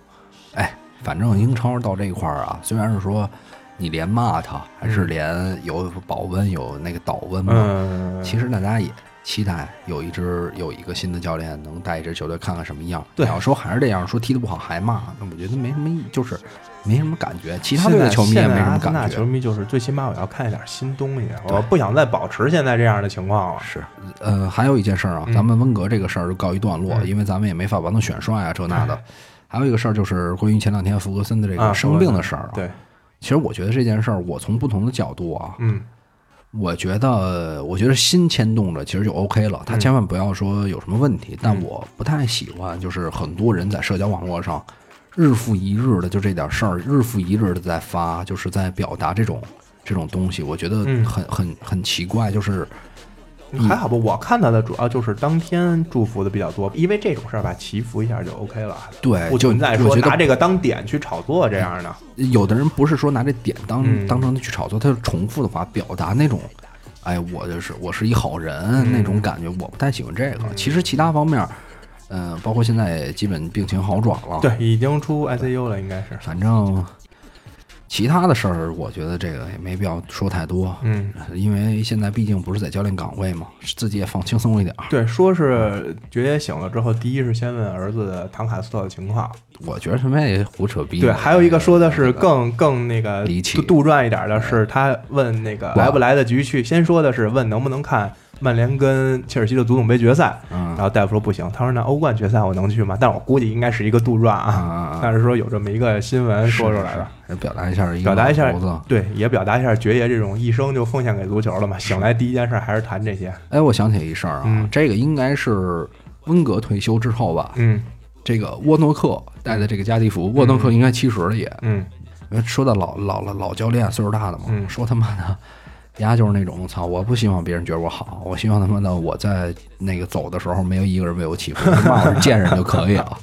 S1: 哎，反正英超到这一块儿啊，虽然是说你连骂他，还是连有保温有那个倒温嘛，
S2: 嗯，
S1: 其实大家也期待有一支有一个新的教练能带一支球队看看什么样。
S2: 对
S1: 你要说还是这样，说踢得不好还骂，那我觉得没什么意，就是没什么感觉。其他
S2: 现
S1: 队
S2: 在
S1: 的球迷也没什么
S2: 现在阿
S1: 感
S2: 森纳球
S1: 觉。
S2: 迷就是最起码我要看一点新东西，啊
S1: 对
S2: 我不想再保持现在这样的情况了。
S1: 是，呃，还有一件事儿啊，咱们温格这个事儿就告一段落，
S2: 嗯哎
S1: 因为咱们也没法帮他选帅啊，这那的。还有一个事儿就是关于前两天弗格森的这
S2: 啊
S1: 个生病的事儿啊。
S2: 对，
S1: 其实我觉得这件事儿，我从不同的角度啊，
S2: 嗯，
S1: 我觉得，我觉得心牵动着其实就 OK
S2: 嗯
S1: 了，他千万不要说有什么问题。但我不太喜欢，就是很多人在社交网络上日复一日的就这点事儿，日复一日的在发，就是在表达这种这种东西，我觉得
S2: 嗯
S1: 很很很奇怪，就是
S2: 还好吧。我看到的主要就是当天祝福的比较多，因为这种事儿吧，祈福一下就 OK 了。
S1: 对，
S2: 不
S1: 就
S2: 存在
S1: 我
S2: 说
S1: 觉得
S2: 拿这个当点去炒作这样的。
S1: 有的人不是说拿这点当、
S2: 嗯
S1: 当成去炒作，他就重复的话表达那种，哎，我就是我是一好人、
S2: 嗯
S1: 那种感觉，我不太喜欢这个。其实其他方面，嗯、包括现在基本病情好转了，
S2: 对，已经出 ICU 了，应该是。
S1: 反正其他的事儿，我觉得这个也没必要说太多，
S2: 嗯，
S1: 因为现在毕竟不是在教练岗位嘛，自己也放轻松一点儿。
S2: 对，说是爵爷醒了之后，第一是先问儿子唐卡斯特的情况，
S1: 我觉得他们也胡扯逼。
S2: 对，还有一哎个哎说的是更更那个
S1: 离奇
S2: 杜杜撰一点的是，他问那个
S1: 哇
S2: 来不来得及去，先说的是问能不能看曼联跟切尔西的足总杯决赛，
S1: 嗯
S2: 然后大夫说不行，他说那欧冠决赛我能去吗？但我估计应该是一个杜撰啊，
S1: 啊，
S2: 但是说有这么一个新闻说出来了。
S1: 是，表达一下一个
S2: 表达一下
S1: 猴子，
S2: 对，也表达一下爵爷这种一生就奉献给足 球了嘛。醒来第一件事还是谈这些。
S1: 哎，我想起一事儿啊，
S2: 嗯
S1: 这个应该是温格退休之后吧，
S2: 嗯
S1: 这个沃诺克带的这个家蒂服，沃诺克应该七十了也。
S2: 嗯
S1: 因为说到老老老老教练岁数大的嘛，
S2: 嗯
S1: 说他妈的， 丫就是那种操，我不希望别人觉得我好，我希望他妈的我在那个走的时候没有一个人为我祈 福，骂我是贱人就可以了。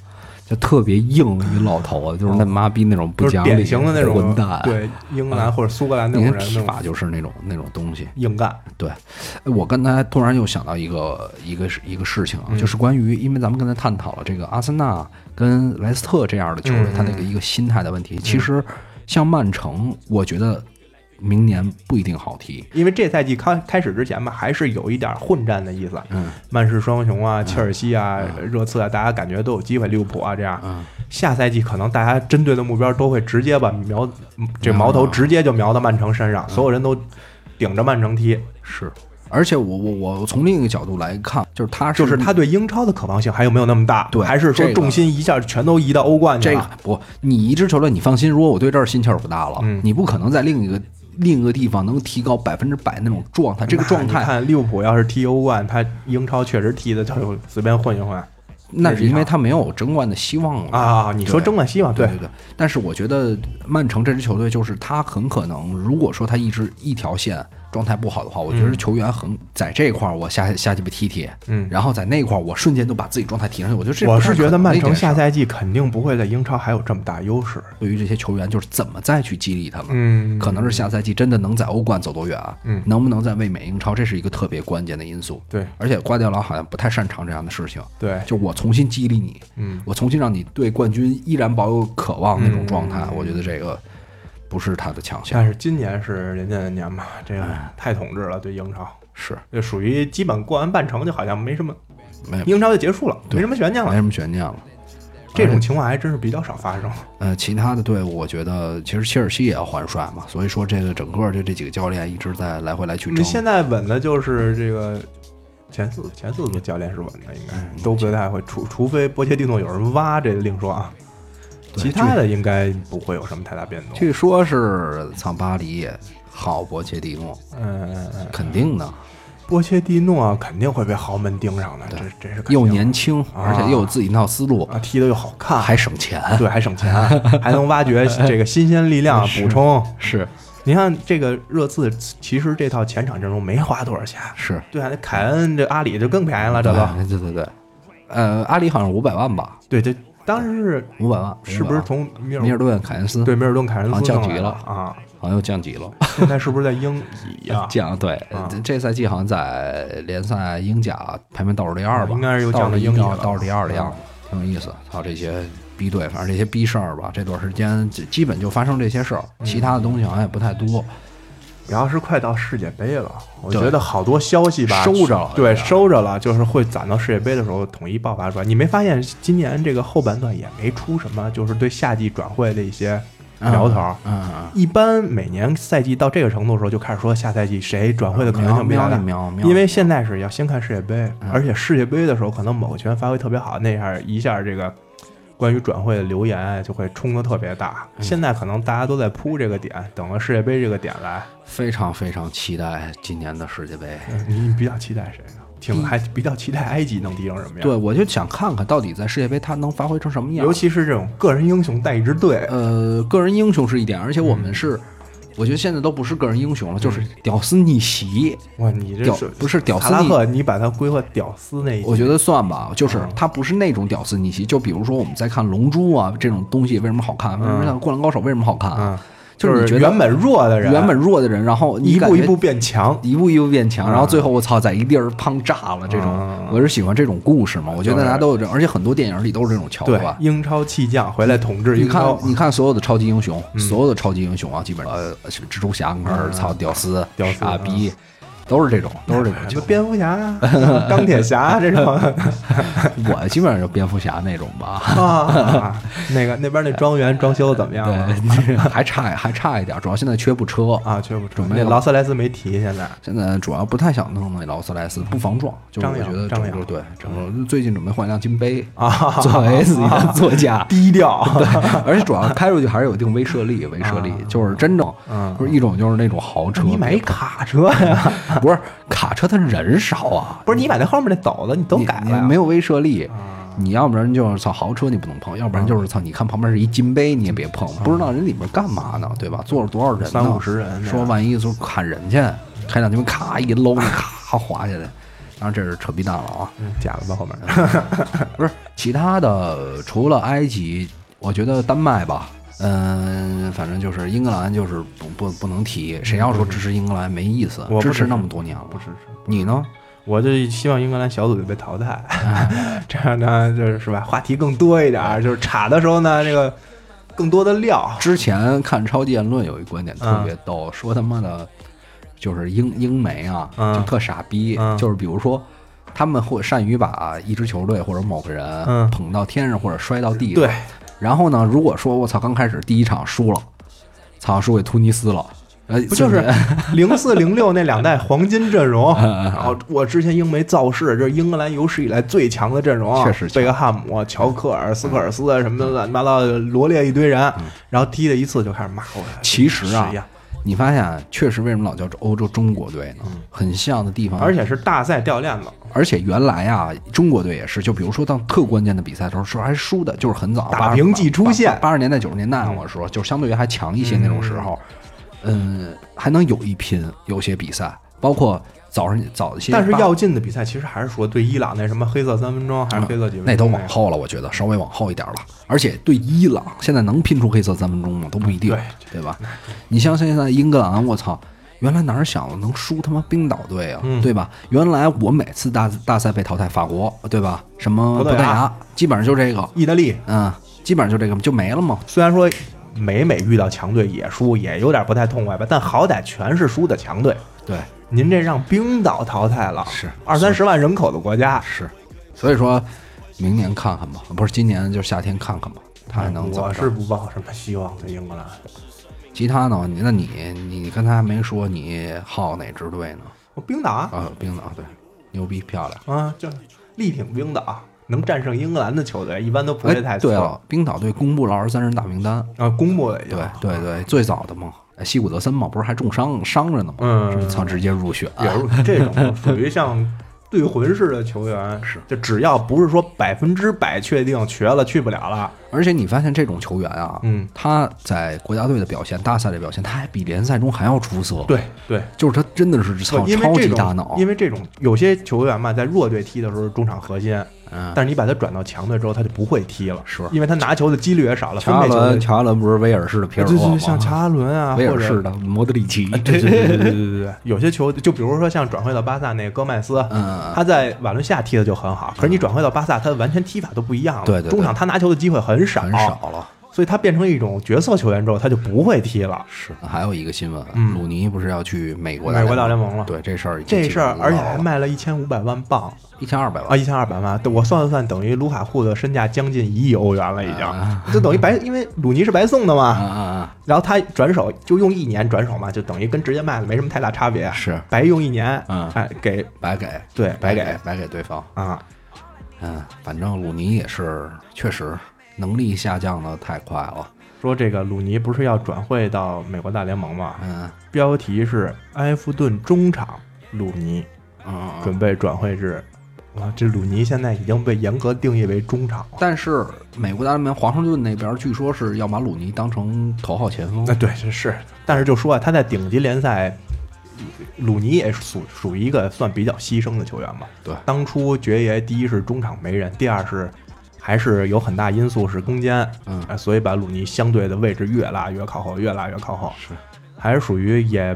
S1: 就特别硬的一老头子，就是他妈逼那种不
S2: 哦就是
S1: 讲理、
S2: 典型的那种
S1: 混蛋。，啊
S2: 对英格兰或者苏格兰那
S1: 你
S2: 种
S1: 看
S2: 人
S1: 踢
S2: 那
S1: 法
S2: 种
S1: 就是那种那种东西。
S2: 硬干。
S1: 对，哎我刚才突然又想到一个一个一个事情
S2: 嗯
S1: 啊，就是关于，因为咱们刚才探讨了这个阿森纳跟莱斯特这样的球队，
S2: 嗯
S1: 他那个一个心态的问题。其实像曼城，我觉得明年不一定好踢。
S2: 因为这赛季开开始之前吧，还是有一点混战的意思。
S1: 嗯，
S2: 曼市双雄啊，切尔西啊，热刺啊，大家感觉都有机会，利物浦啊这样。
S1: 嗯
S2: 下赛季可能大家针对的目标都会直接把苗这矛头直接就瞄到曼城身
S1: 嗯
S2: 上，所有人都顶着曼城踢，
S1: 是。而且我我我从另一个角度来看，就是他
S2: 就是他对英超的渴望性还有没有那么大？
S1: 嗯对
S2: 还是
S1: 这
S2: 说
S1: 个
S2: 重心一下全都移到欧冠去
S1: 这
S2: 了？
S1: 个不，你一支球队你放心，如果我对这儿心气儿不大了，
S2: 嗯
S1: 你不可能在另一个另一个地方能提高百分之百那种状态，这个状
S2: 那你
S1: 态
S2: 看利物浦要是踢欧冠，他英超确实踢的就随便混一混。
S1: 那是因为他没有争冠的希望了
S2: 啊！你说争冠希望，
S1: 嗯对对对。但是我觉得曼城这支球队，就是他很可能，如果说他一直一条线状态不好的话，我觉得球员很在这块儿，我下下鸡巴踢踢，
S2: 嗯
S1: 然后在那块儿我瞬间就把自己状态提上去。我觉得这
S2: 我
S1: 不太
S2: 是觉
S1: 可
S2: 得
S1: 能的
S2: 曼
S1: 一
S2: 城
S1: 件事
S2: 下赛季肯定不会在英超还有这么大优势。
S1: 对于这些球员，就是怎么再去激励他们。
S2: 嗯
S1: 可能是下赛季真的能在欧冠走多远啊？
S2: 嗯
S1: 能不能在卫冕英超，这是一个特别关键的因素。
S2: 对
S1: 而且瓜迪奥拉好像不太擅长这样的事情，
S2: 对，
S1: 就我重新激励你，
S2: 嗯
S1: 我重新让你对冠军依然保有渴望那种状态，
S2: 嗯
S1: 我觉得这个不是他的强项。
S2: 但是今年是人家的年嘛，这个
S1: 哎
S2: 太统治了，对英超
S1: 是
S2: 就属于基本过完半程，就好像没什么
S1: 没有
S2: 英超就结束了，
S1: 对
S2: 没什么悬念
S1: 没
S2: 了。
S1: 什么悬念了。
S2: 这种情况还真是比较少发生。
S1: 呃，其他的队伍，我觉得其实切尔西也要换帅嘛，所以说这个整个就这几个教练一直在来回来去
S2: 你
S1: 争。
S2: 现在稳的就是这个前四，前四个教练是稳的，应
S1: 嗯
S2: 该都不太会，除除非波切蒂诺有人挖，这另说啊。
S1: 对
S2: 其他的应该不会有什么太大变动。
S1: 据说是藏巴里好博切蒂诺，
S2: 嗯嗯嗯，
S1: 肯定的，
S2: 波切蒂诺肯定会被豪门盯上的，这这是肯定
S1: 又
S2: 的
S1: 年轻，而且又有自己一套思路，
S2: 啊，踢得又好看，
S1: 还省钱。
S2: 对，还 省钱，啊还能挖掘这个新鲜力量补充。
S1: 是
S2: 你看这个热刺，其实这套前场阵容没花多少钱。
S1: 是，
S2: 对啊，那凯恩这阿里就更便宜了，这都
S1: 对对对对，呃，阿里好像五百万吧，
S2: 对这当时
S1: 五百万，
S2: 是是不
S1: 500
S2: 是
S1: 万
S2: 从米尔
S1: 米尔顿、凯恩斯
S2: 对米尔顿凯恩斯
S1: 好像嗯降级
S2: 弄来
S1: 了
S2: 啊？
S1: 好像又降级了？
S2: 现在是不是在英 乙呀？
S1: 降对
S2: 啊，
S1: 这这赛季好像在联赛英甲排名倒数第二吧，
S2: 应该是又降到
S1: 到
S2: 英
S1: 英
S2: 乙
S1: 超
S2: 了啊
S1: 倒数第二的样子，挺有意思。操这些逼队，反正这些逼事儿吧，这段时间基基本就发生这些事儿，
S2: 嗯
S1: 其他的东西好像也不太多。
S2: 然后是快到世界杯了，我
S1: 对
S2: 觉得好多消息吧
S1: 收着了啊
S2: 对，
S1: 有点
S2: 收着了，就是会攒到世界杯的时候统一爆发出来。你没发现今年这个后半段也没出什么，就是对夏季转会的一些苗头儿。
S1: 嗯嗯，
S2: 一般每年赛季到这个程度的时候，就开始说下赛季谁转会的可能性比较
S1: 瞄
S2: 大
S1: 一。瞄，瞄一
S2: 因为
S1: 瞄
S2: 现在是要先看世界杯，而且世界杯的时候，可能某个球员发挥特别好，那样一下这个关于转会的留言啊就会冲的特别大。现在可能大家都在扑这个点，等了世界杯这个点来，
S1: 非常非常期待今年的世界杯。
S2: 嗯你比较期待谁呢？挺还比较期待埃及能踢成什么样？
S1: 对，，我就想看看到底在世界杯他能发挥成什么样。
S2: 尤其是这种个人英雄带一支队，
S1: 呃，个人英雄是一点，而且我
S2: 嗯
S1: 们是，我觉得现在都不是个人英雄了，就是屌丝逆袭。
S2: 哇，你这
S1: 屌不是屌丝
S2: 萨拉
S1: 逆
S2: 赫，你把他归到屌丝那一
S1: 我
S2: 级
S1: 觉得算吧，就是
S2: 嗯
S1: 它不是那种屌丝逆袭。就比如说我们在看《龙珠》啊这种东西，为什么好看？为什么像《灌篮高手》为什么好看？啊
S2: 嗯，
S1: 就是你
S2: 是
S1: 觉得
S2: 原本弱的人，
S1: 原本弱的人，然后你
S2: 一
S1: 感
S2: 步
S1: 觉
S2: 一步变强，
S1: 一步一步变强，
S2: 嗯
S1: 然后最后我操，在一地儿胖炸了这
S2: 嗯
S1: 种。我是喜欢这种故事嘛，我觉得
S2: 对
S1: 大家都有这，而且很多电影里都是这种桥
S2: 对
S1: 段，。
S2: 英超弃将回来统治
S1: 你
S2: 英
S1: 看
S2: 超，，
S1: 你看所有的超级英
S2: 嗯
S1: 雄，所有的超级英雄啊，基本上呃，什么蜘蛛侠、儿操、屌丝、
S2: 屌丝嗯
S1: 傻逼，都是这种，都是这种
S2: 什
S1: 情
S2: 么蝙蝠侠啊、钢铁侠啊 这种
S1: 况。我基本上就蝙蝠侠那种吧。
S2: 啊，那个那边那庄园装修的怎么样了？
S1: 对，还差还差一点，主要现在缺部车。
S2: 啊，确实不错
S1: 准备
S2: 那
S1: 了
S2: 劳斯莱斯没提，现在
S1: 现在主要不太想弄那劳斯莱斯，不防撞。就是我
S2: 张扬
S1: 觉得
S2: 张
S1: 整
S2: 扬嗯
S1: 个对整个最近准备换一辆金杯
S2: 啊。
S1: 作为自己的座驾
S2: 低调，
S1: 对，而且主要开出去还是有一定威慑力，威慑力
S2: 啊
S1: 就是真正
S2: 嗯，啊
S1: 就是一种就是那种豪车。
S2: 你买一卡车呀？
S1: 不是卡车，它人少啊，
S2: 不是你买那后面那斗子，你都
S1: 你
S2: 改
S1: 你
S2: 了呀？
S1: 没有威慑力。
S2: 啊
S1: 你要不然就是操豪车你不能碰，要不然就是操你看旁边是一金杯你也别碰，不知道人里面干嘛呢，对吧？坐着多少人呢？
S2: 嗯三五十人
S1: 说万一就砍人去，开两枪咔一搂， 咔滑下来。当然这是扯逼蛋了啊！
S2: 嗯假了吧后面？
S1: 不是其他的，除了埃及，我觉得丹麦吧，嗯，反正就是英格兰就是不不不能提，谁要说支持英格兰没意思
S2: 我不，
S1: 支
S2: 支持
S1: 持那么多年了，
S2: 不支持。
S1: 你呢？
S2: 我就希望英格兰小组就被淘汰， 这样呢就是是吧？话题更多一点儿，就是查的时候呢，这个更多的料
S1: 之前看超级言论有一观点特别逗，说他妈的，就是英英媒啊，
S2: 嗯
S1: 就特傻逼，
S2: 嗯
S1: 就是比如说。他们会善于把一支球队或者某个
S2: 嗯
S1: 人捧到天上或者摔到地上，
S2: 对，
S1: 然后呢，如果说我操，刚开始第一场输了，操，输给突尼斯了，呃，
S2: 不就是
S1: 瞬间
S2: 零四零六那 两代黄金阵容，
S1: 嗯嗯嗯
S2: 然后我之前英媒造势，这是英格兰有史以来最强的阵容，
S1: 确实强
S2: 贝克汉姆、乔克尔、斯科尔斯什么的乱七八糟的罗列一堆人，然后踢了一次就开始骂我。
S1: 嗯其实啊
S2: 是呀
S1: 你发现啊确实为什么老叫欧洲中国队呢？很像的地方，
S2: 嗯而且是大赛掉链子，
S1: 而且原来啊，中国队也是，就比如说到特关键的比赛的时候，是还输的，就是很早
S2: 打平即出嗯现
S1: 八十年代九十年代，啊我说就是相对于还强一些那种时候，嗯，还能有一拼，有些比赛，包括早上早一些，
S2: 但是要进的比赛其实还是说对伊朗那什么黑色三分钟还是黑色几分钟、
S1: 嗯那都往后了，我觉得稍微往后一点了。而且对伊朗现在能拼出黑色三分钟吗？都不一定，对吧？你像现在英格兰，我操！原来哪儿想的能输他妈冰岛队啊，
S2: 嗯
S1: 对吧？原来我每次大大赛被淘汰法国，对吧？什么
S2: 葡
S1: 葡
S2: 萄牙
S1: 萄牙，基本上就这个，
S2: 意大利
S1: 嗯，基本上就这个就没了嘛。
S2: 虽然说每每遇到强队也输，也有点不太痛快吧，但好歹全是输的强队。
S1: 对，
S2: 您这让冰岛淘汰了，
S1: 是
S2: 二三十万人口的国家，
S1: 是，所以说明年看看吧，不是今年就是夏天看看吧，他还能怎
S2: 嗯我
S1: 么
S2: 是
S1: 着？
S2: 不抱什么希望的英格兰。
S1: 其他呢？你那你你刚才还没说你好哪支队呢？
S2: 我冰岛啊，
S1: 啊，冰岛对，牛逼漂亮。
S2: 啊就力挺冰岛，啊能战胜英格兰的球队一般都不会
S1: 哎，
S2: 太
S1: 对
S2: 错。
S1: 了，冰岛队公布了二十三人大名单，
S2: 啊，公布了已经
S1: 对对对，最早的嘛，哎西古德森嘛，不是还重伤伤着呢吗？
S2: 嗯
S1: 操，直接入选。啊
S2: 也是这种属于像对魂式的球 员，
S1: 是
S2: 就只要不是说百分之百确定瘸了去不了了，
S1: 而且你发现这种球员啊，
S2: 嗯，
S1: 他在国家队的表现、大赛的表现，他还比联赛中还要出色。，
S2: 对对，
S1: 就是他真的是操
S2: 不因为
S1: 超
S2: 这
S1: 级
S2: 种，
S1: 大脑。
S2: 因为这种有些球员嘛，在弱队踢的时候是中场核心，
S1: 嗯，
S2: 但是你把他转到强队之后，他就不会踢了，
S1: 是
S2: 因为他拿球的几率也少了，分
S1: 乔阿
S2: 配球的
S1: 伦，乔阿伦不是威尔士的皮
S2: 对
S1: 尔
S2: 对
S1: 洛
S2: 对，
S1: 吗？
S2: 像乔阿伦啊，
S1: 威
S2: 或
S1: 尔
S2: 者
S1: 士的莫德里奇。
S2: 对对对对对对对，有些球就比如说像转会到巴萨那个戈麦斯，
S1: 嗯，
S2: 他在瓦伦西亚踢的就很好，可是你转会到巴萨，他完全踢法都不一样了，
S1: 对对对
S2: 中场他拿球的机会很少，
S1: 很少了。
S2: 所以他变成一种角色球员之后，他就不会踢了。
S1: 是，还有一个新闻，
S2: 嗯
S1: 鲁尼不是要去美国
S2: 美国大联盟了
S1: 对这事儿已经
S2: 这
S1: 基
S2: 事
S1: 本
S2: 儿
S1: 上，知道了，
S2: 而且还卖了一千五百万镑
S1: 一千二百万
S2: 啊，一千二百万！我算了算，等于卢卡库的身价将近一亿欧元了，已
S1: 啊
S2: 经，就等于白，因为鲁尼是白送的
S1: 啊
S2: 嘛，
S1: 啊啊！
S2: 然后他转手就用一年转手嘛，就等于跟直接卖了没什么太大差别，
S1: 啊是
S2: 白用一年，
S1: 嗯
S2: 哎，给
S1: 白给，
S2: 对
S1: 白
S2: 白给
S1: 白给对方。
S2: 啊，
S1: 嗯，反正鲁尼也是确实能力下降的太快了。
S2: 说这个鲁尼不是要转会到美国大联盟嘛，
S1: 嗯
S2: 标题是埃弗顿中场鲁尼
S1: 嗯，嗯
S2: 准备转会至，哇，这鲁尼现在已经被严格定义为中场了。
S1: 但是美国大联盟华盛顿那边据说是要把鲁尼当成头号前锋
S2: 那。对，是是，但是就说啊，他在顶级联赛，鲁尼也属属于一个算比较牺牲的球员吧。
S1: 对
S2: 当初爵爷第一是中场没人，第二是还是有很大因素是攻坚，
S1: 嗯
S2: 哎，所以把鲁尼相对的位置越拉越靠后，越拉越靠后，
S1: 是
S2: 还是属于也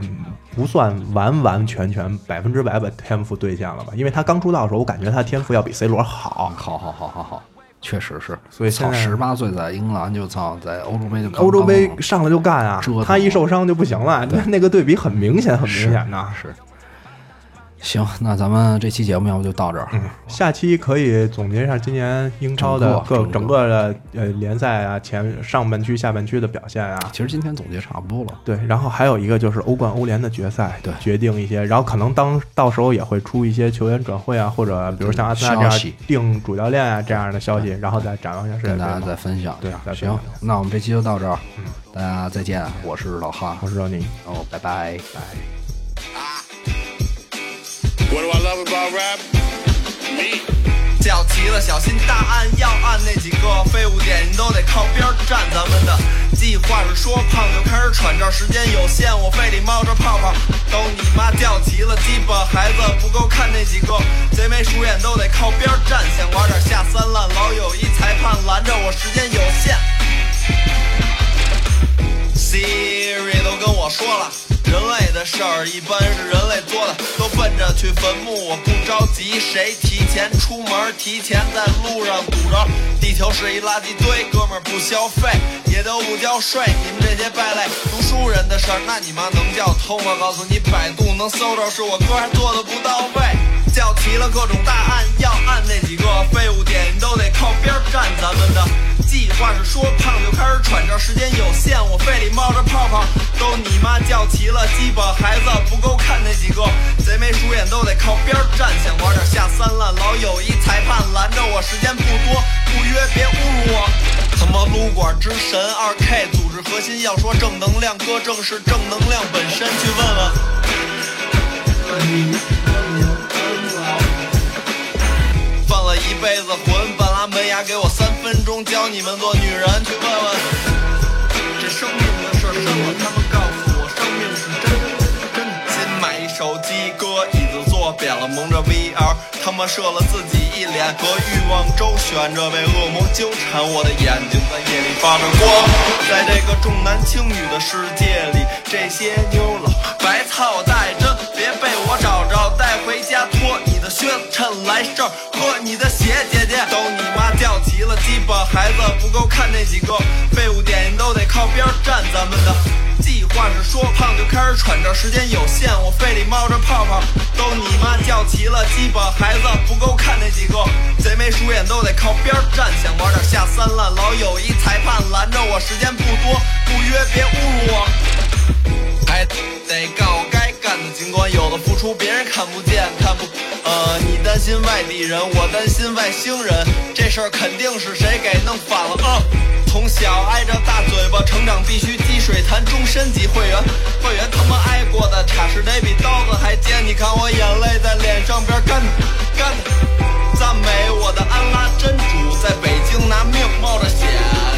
S2: 不算完完全全百分之百把天赋兑现了吧？因为他刚出道的时候，我感觉他天赋要比 C 罗好。
S1: 啊好好好好好，确实是。
S2: 所以现
S1: 操，
S2: 在
S1: 十八岁在英格兰就操，在欧洲杯就刚
S2: 欧洲杯
S1: 刚
S2: 上了就干啊
S1: 折腾！
S2: 他一受伤就不行了，那那个对比很明显，很明显的。
S1: 是。行，那咱们这期节目要不就到这儿。
S2: 下期可以总结一下今年英超的
S1: 整个
S2: 各整
S1: 整
S2: 个的呃联赛啊，前上半区、下半区的表现啊。
S1: 其实今天总结差不多了。
S2: 对，然后还有一个就是欧冠、欧联的决赛，
S1: 对
S2: 决定一些，然后可能当到时候也会出一些球员转会啊，或者比如像阿森纳这
S1: 消
S2: 样
S1: 息
S2: 定主教练啊这样的消息，然后再展望一下世界
S1: 跟
S2: 杯
S1: 大家
S2: 嘛。
S1: 再分享一
S2: 对啊
S1: 下。
S2: 再分享嗯
S1: 行，那我们这期就到这儿，大家再见。我是老哈，
S2: 我是肉你。
S1: 哦，拜拜，拜。
S3: What do I love about rap? Me.
S4: 叫齐了，小心大案要按那几个废物点，你都得靠边站。咱们的计划是说胖就开始喘，这儿时间有限，我肺里冒着泡泡。都你妈叫齐了，鸡巴孩子不够看那几个贼眉鼠眼都得靠边站。想玩点下三滥，老有一裁判拦着我，时间有限。Siri 都跟我说了，人类的事儿一般是人类做的，都奔着去坟墓，我不着急。谁提前出门，提前在路上堵着？地球是一垃圾堆，哥们儿不消费，也都不交税。你们这些败类，读书人的事儿，那你妈能叫偷吗？告诉你，百度能搜着，是我哥还做的不到位。叫齐了各种大案要案，那几个废物点你都得靠边站。咱们的计划是说胖就开始喘，这时间有限，我肺里冒着泡泡。都你妈叫齐了，鸡巴孩子不够看那几个贼眉鼠眼都得靠边站。想玩点下三滥，老有一裁判拦着我，时间不多，不约别侮辱我。什么撸管之神、二 K 组织核心，要说正能量，哥正是正能量本身，去问问。犯了一辈子浑，半拉门牙，给我三分钟教你们做女人，去问问。这生命的事儿深了，他们告诉我生命是真真的。新买一手机，搁椅子坐扁了，蒙着 VR，他妈射了自己一脸，和欲望周旋着，被恶魔纠缠。我的眼睛在夜里发着光，在这个重男轻女的世界里，这些妞老白操带针，别被我找着，带回家脱你的靴子，趁来事儿喝你的血，姐姐都你妈叫齐了，鸡巴孩子不够看那几个废物点你都得靠边站，咱们的。计划是说胖就开始喘着，时间有限，我肺里冒着泡泡，都你妈叫齐了，鸡巴孩子不够看那几个，贼眉鼠眼都得靠边站，想玩点下三滥，老有一裁判拦着我，时间不多，不约别侮辱我，还得干我该干的，尽管有的付出别人看不见，看不，呃，你担心外地人，我担心外星人，这事儿肯定是谁给弄反了啊！从小挨着大嘴巴，成长必须积水潭，终身级会员，会员他妈挨过的叉是得比刀子还尖，你看我眼泪在脸上边干干，赞美我的安拉真主，在北京拿命冒着险，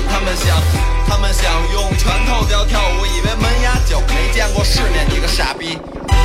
S4: 他们想，他们想用拳头教跳舞，以为门牙脚没见过世面，你个傻逼。 啊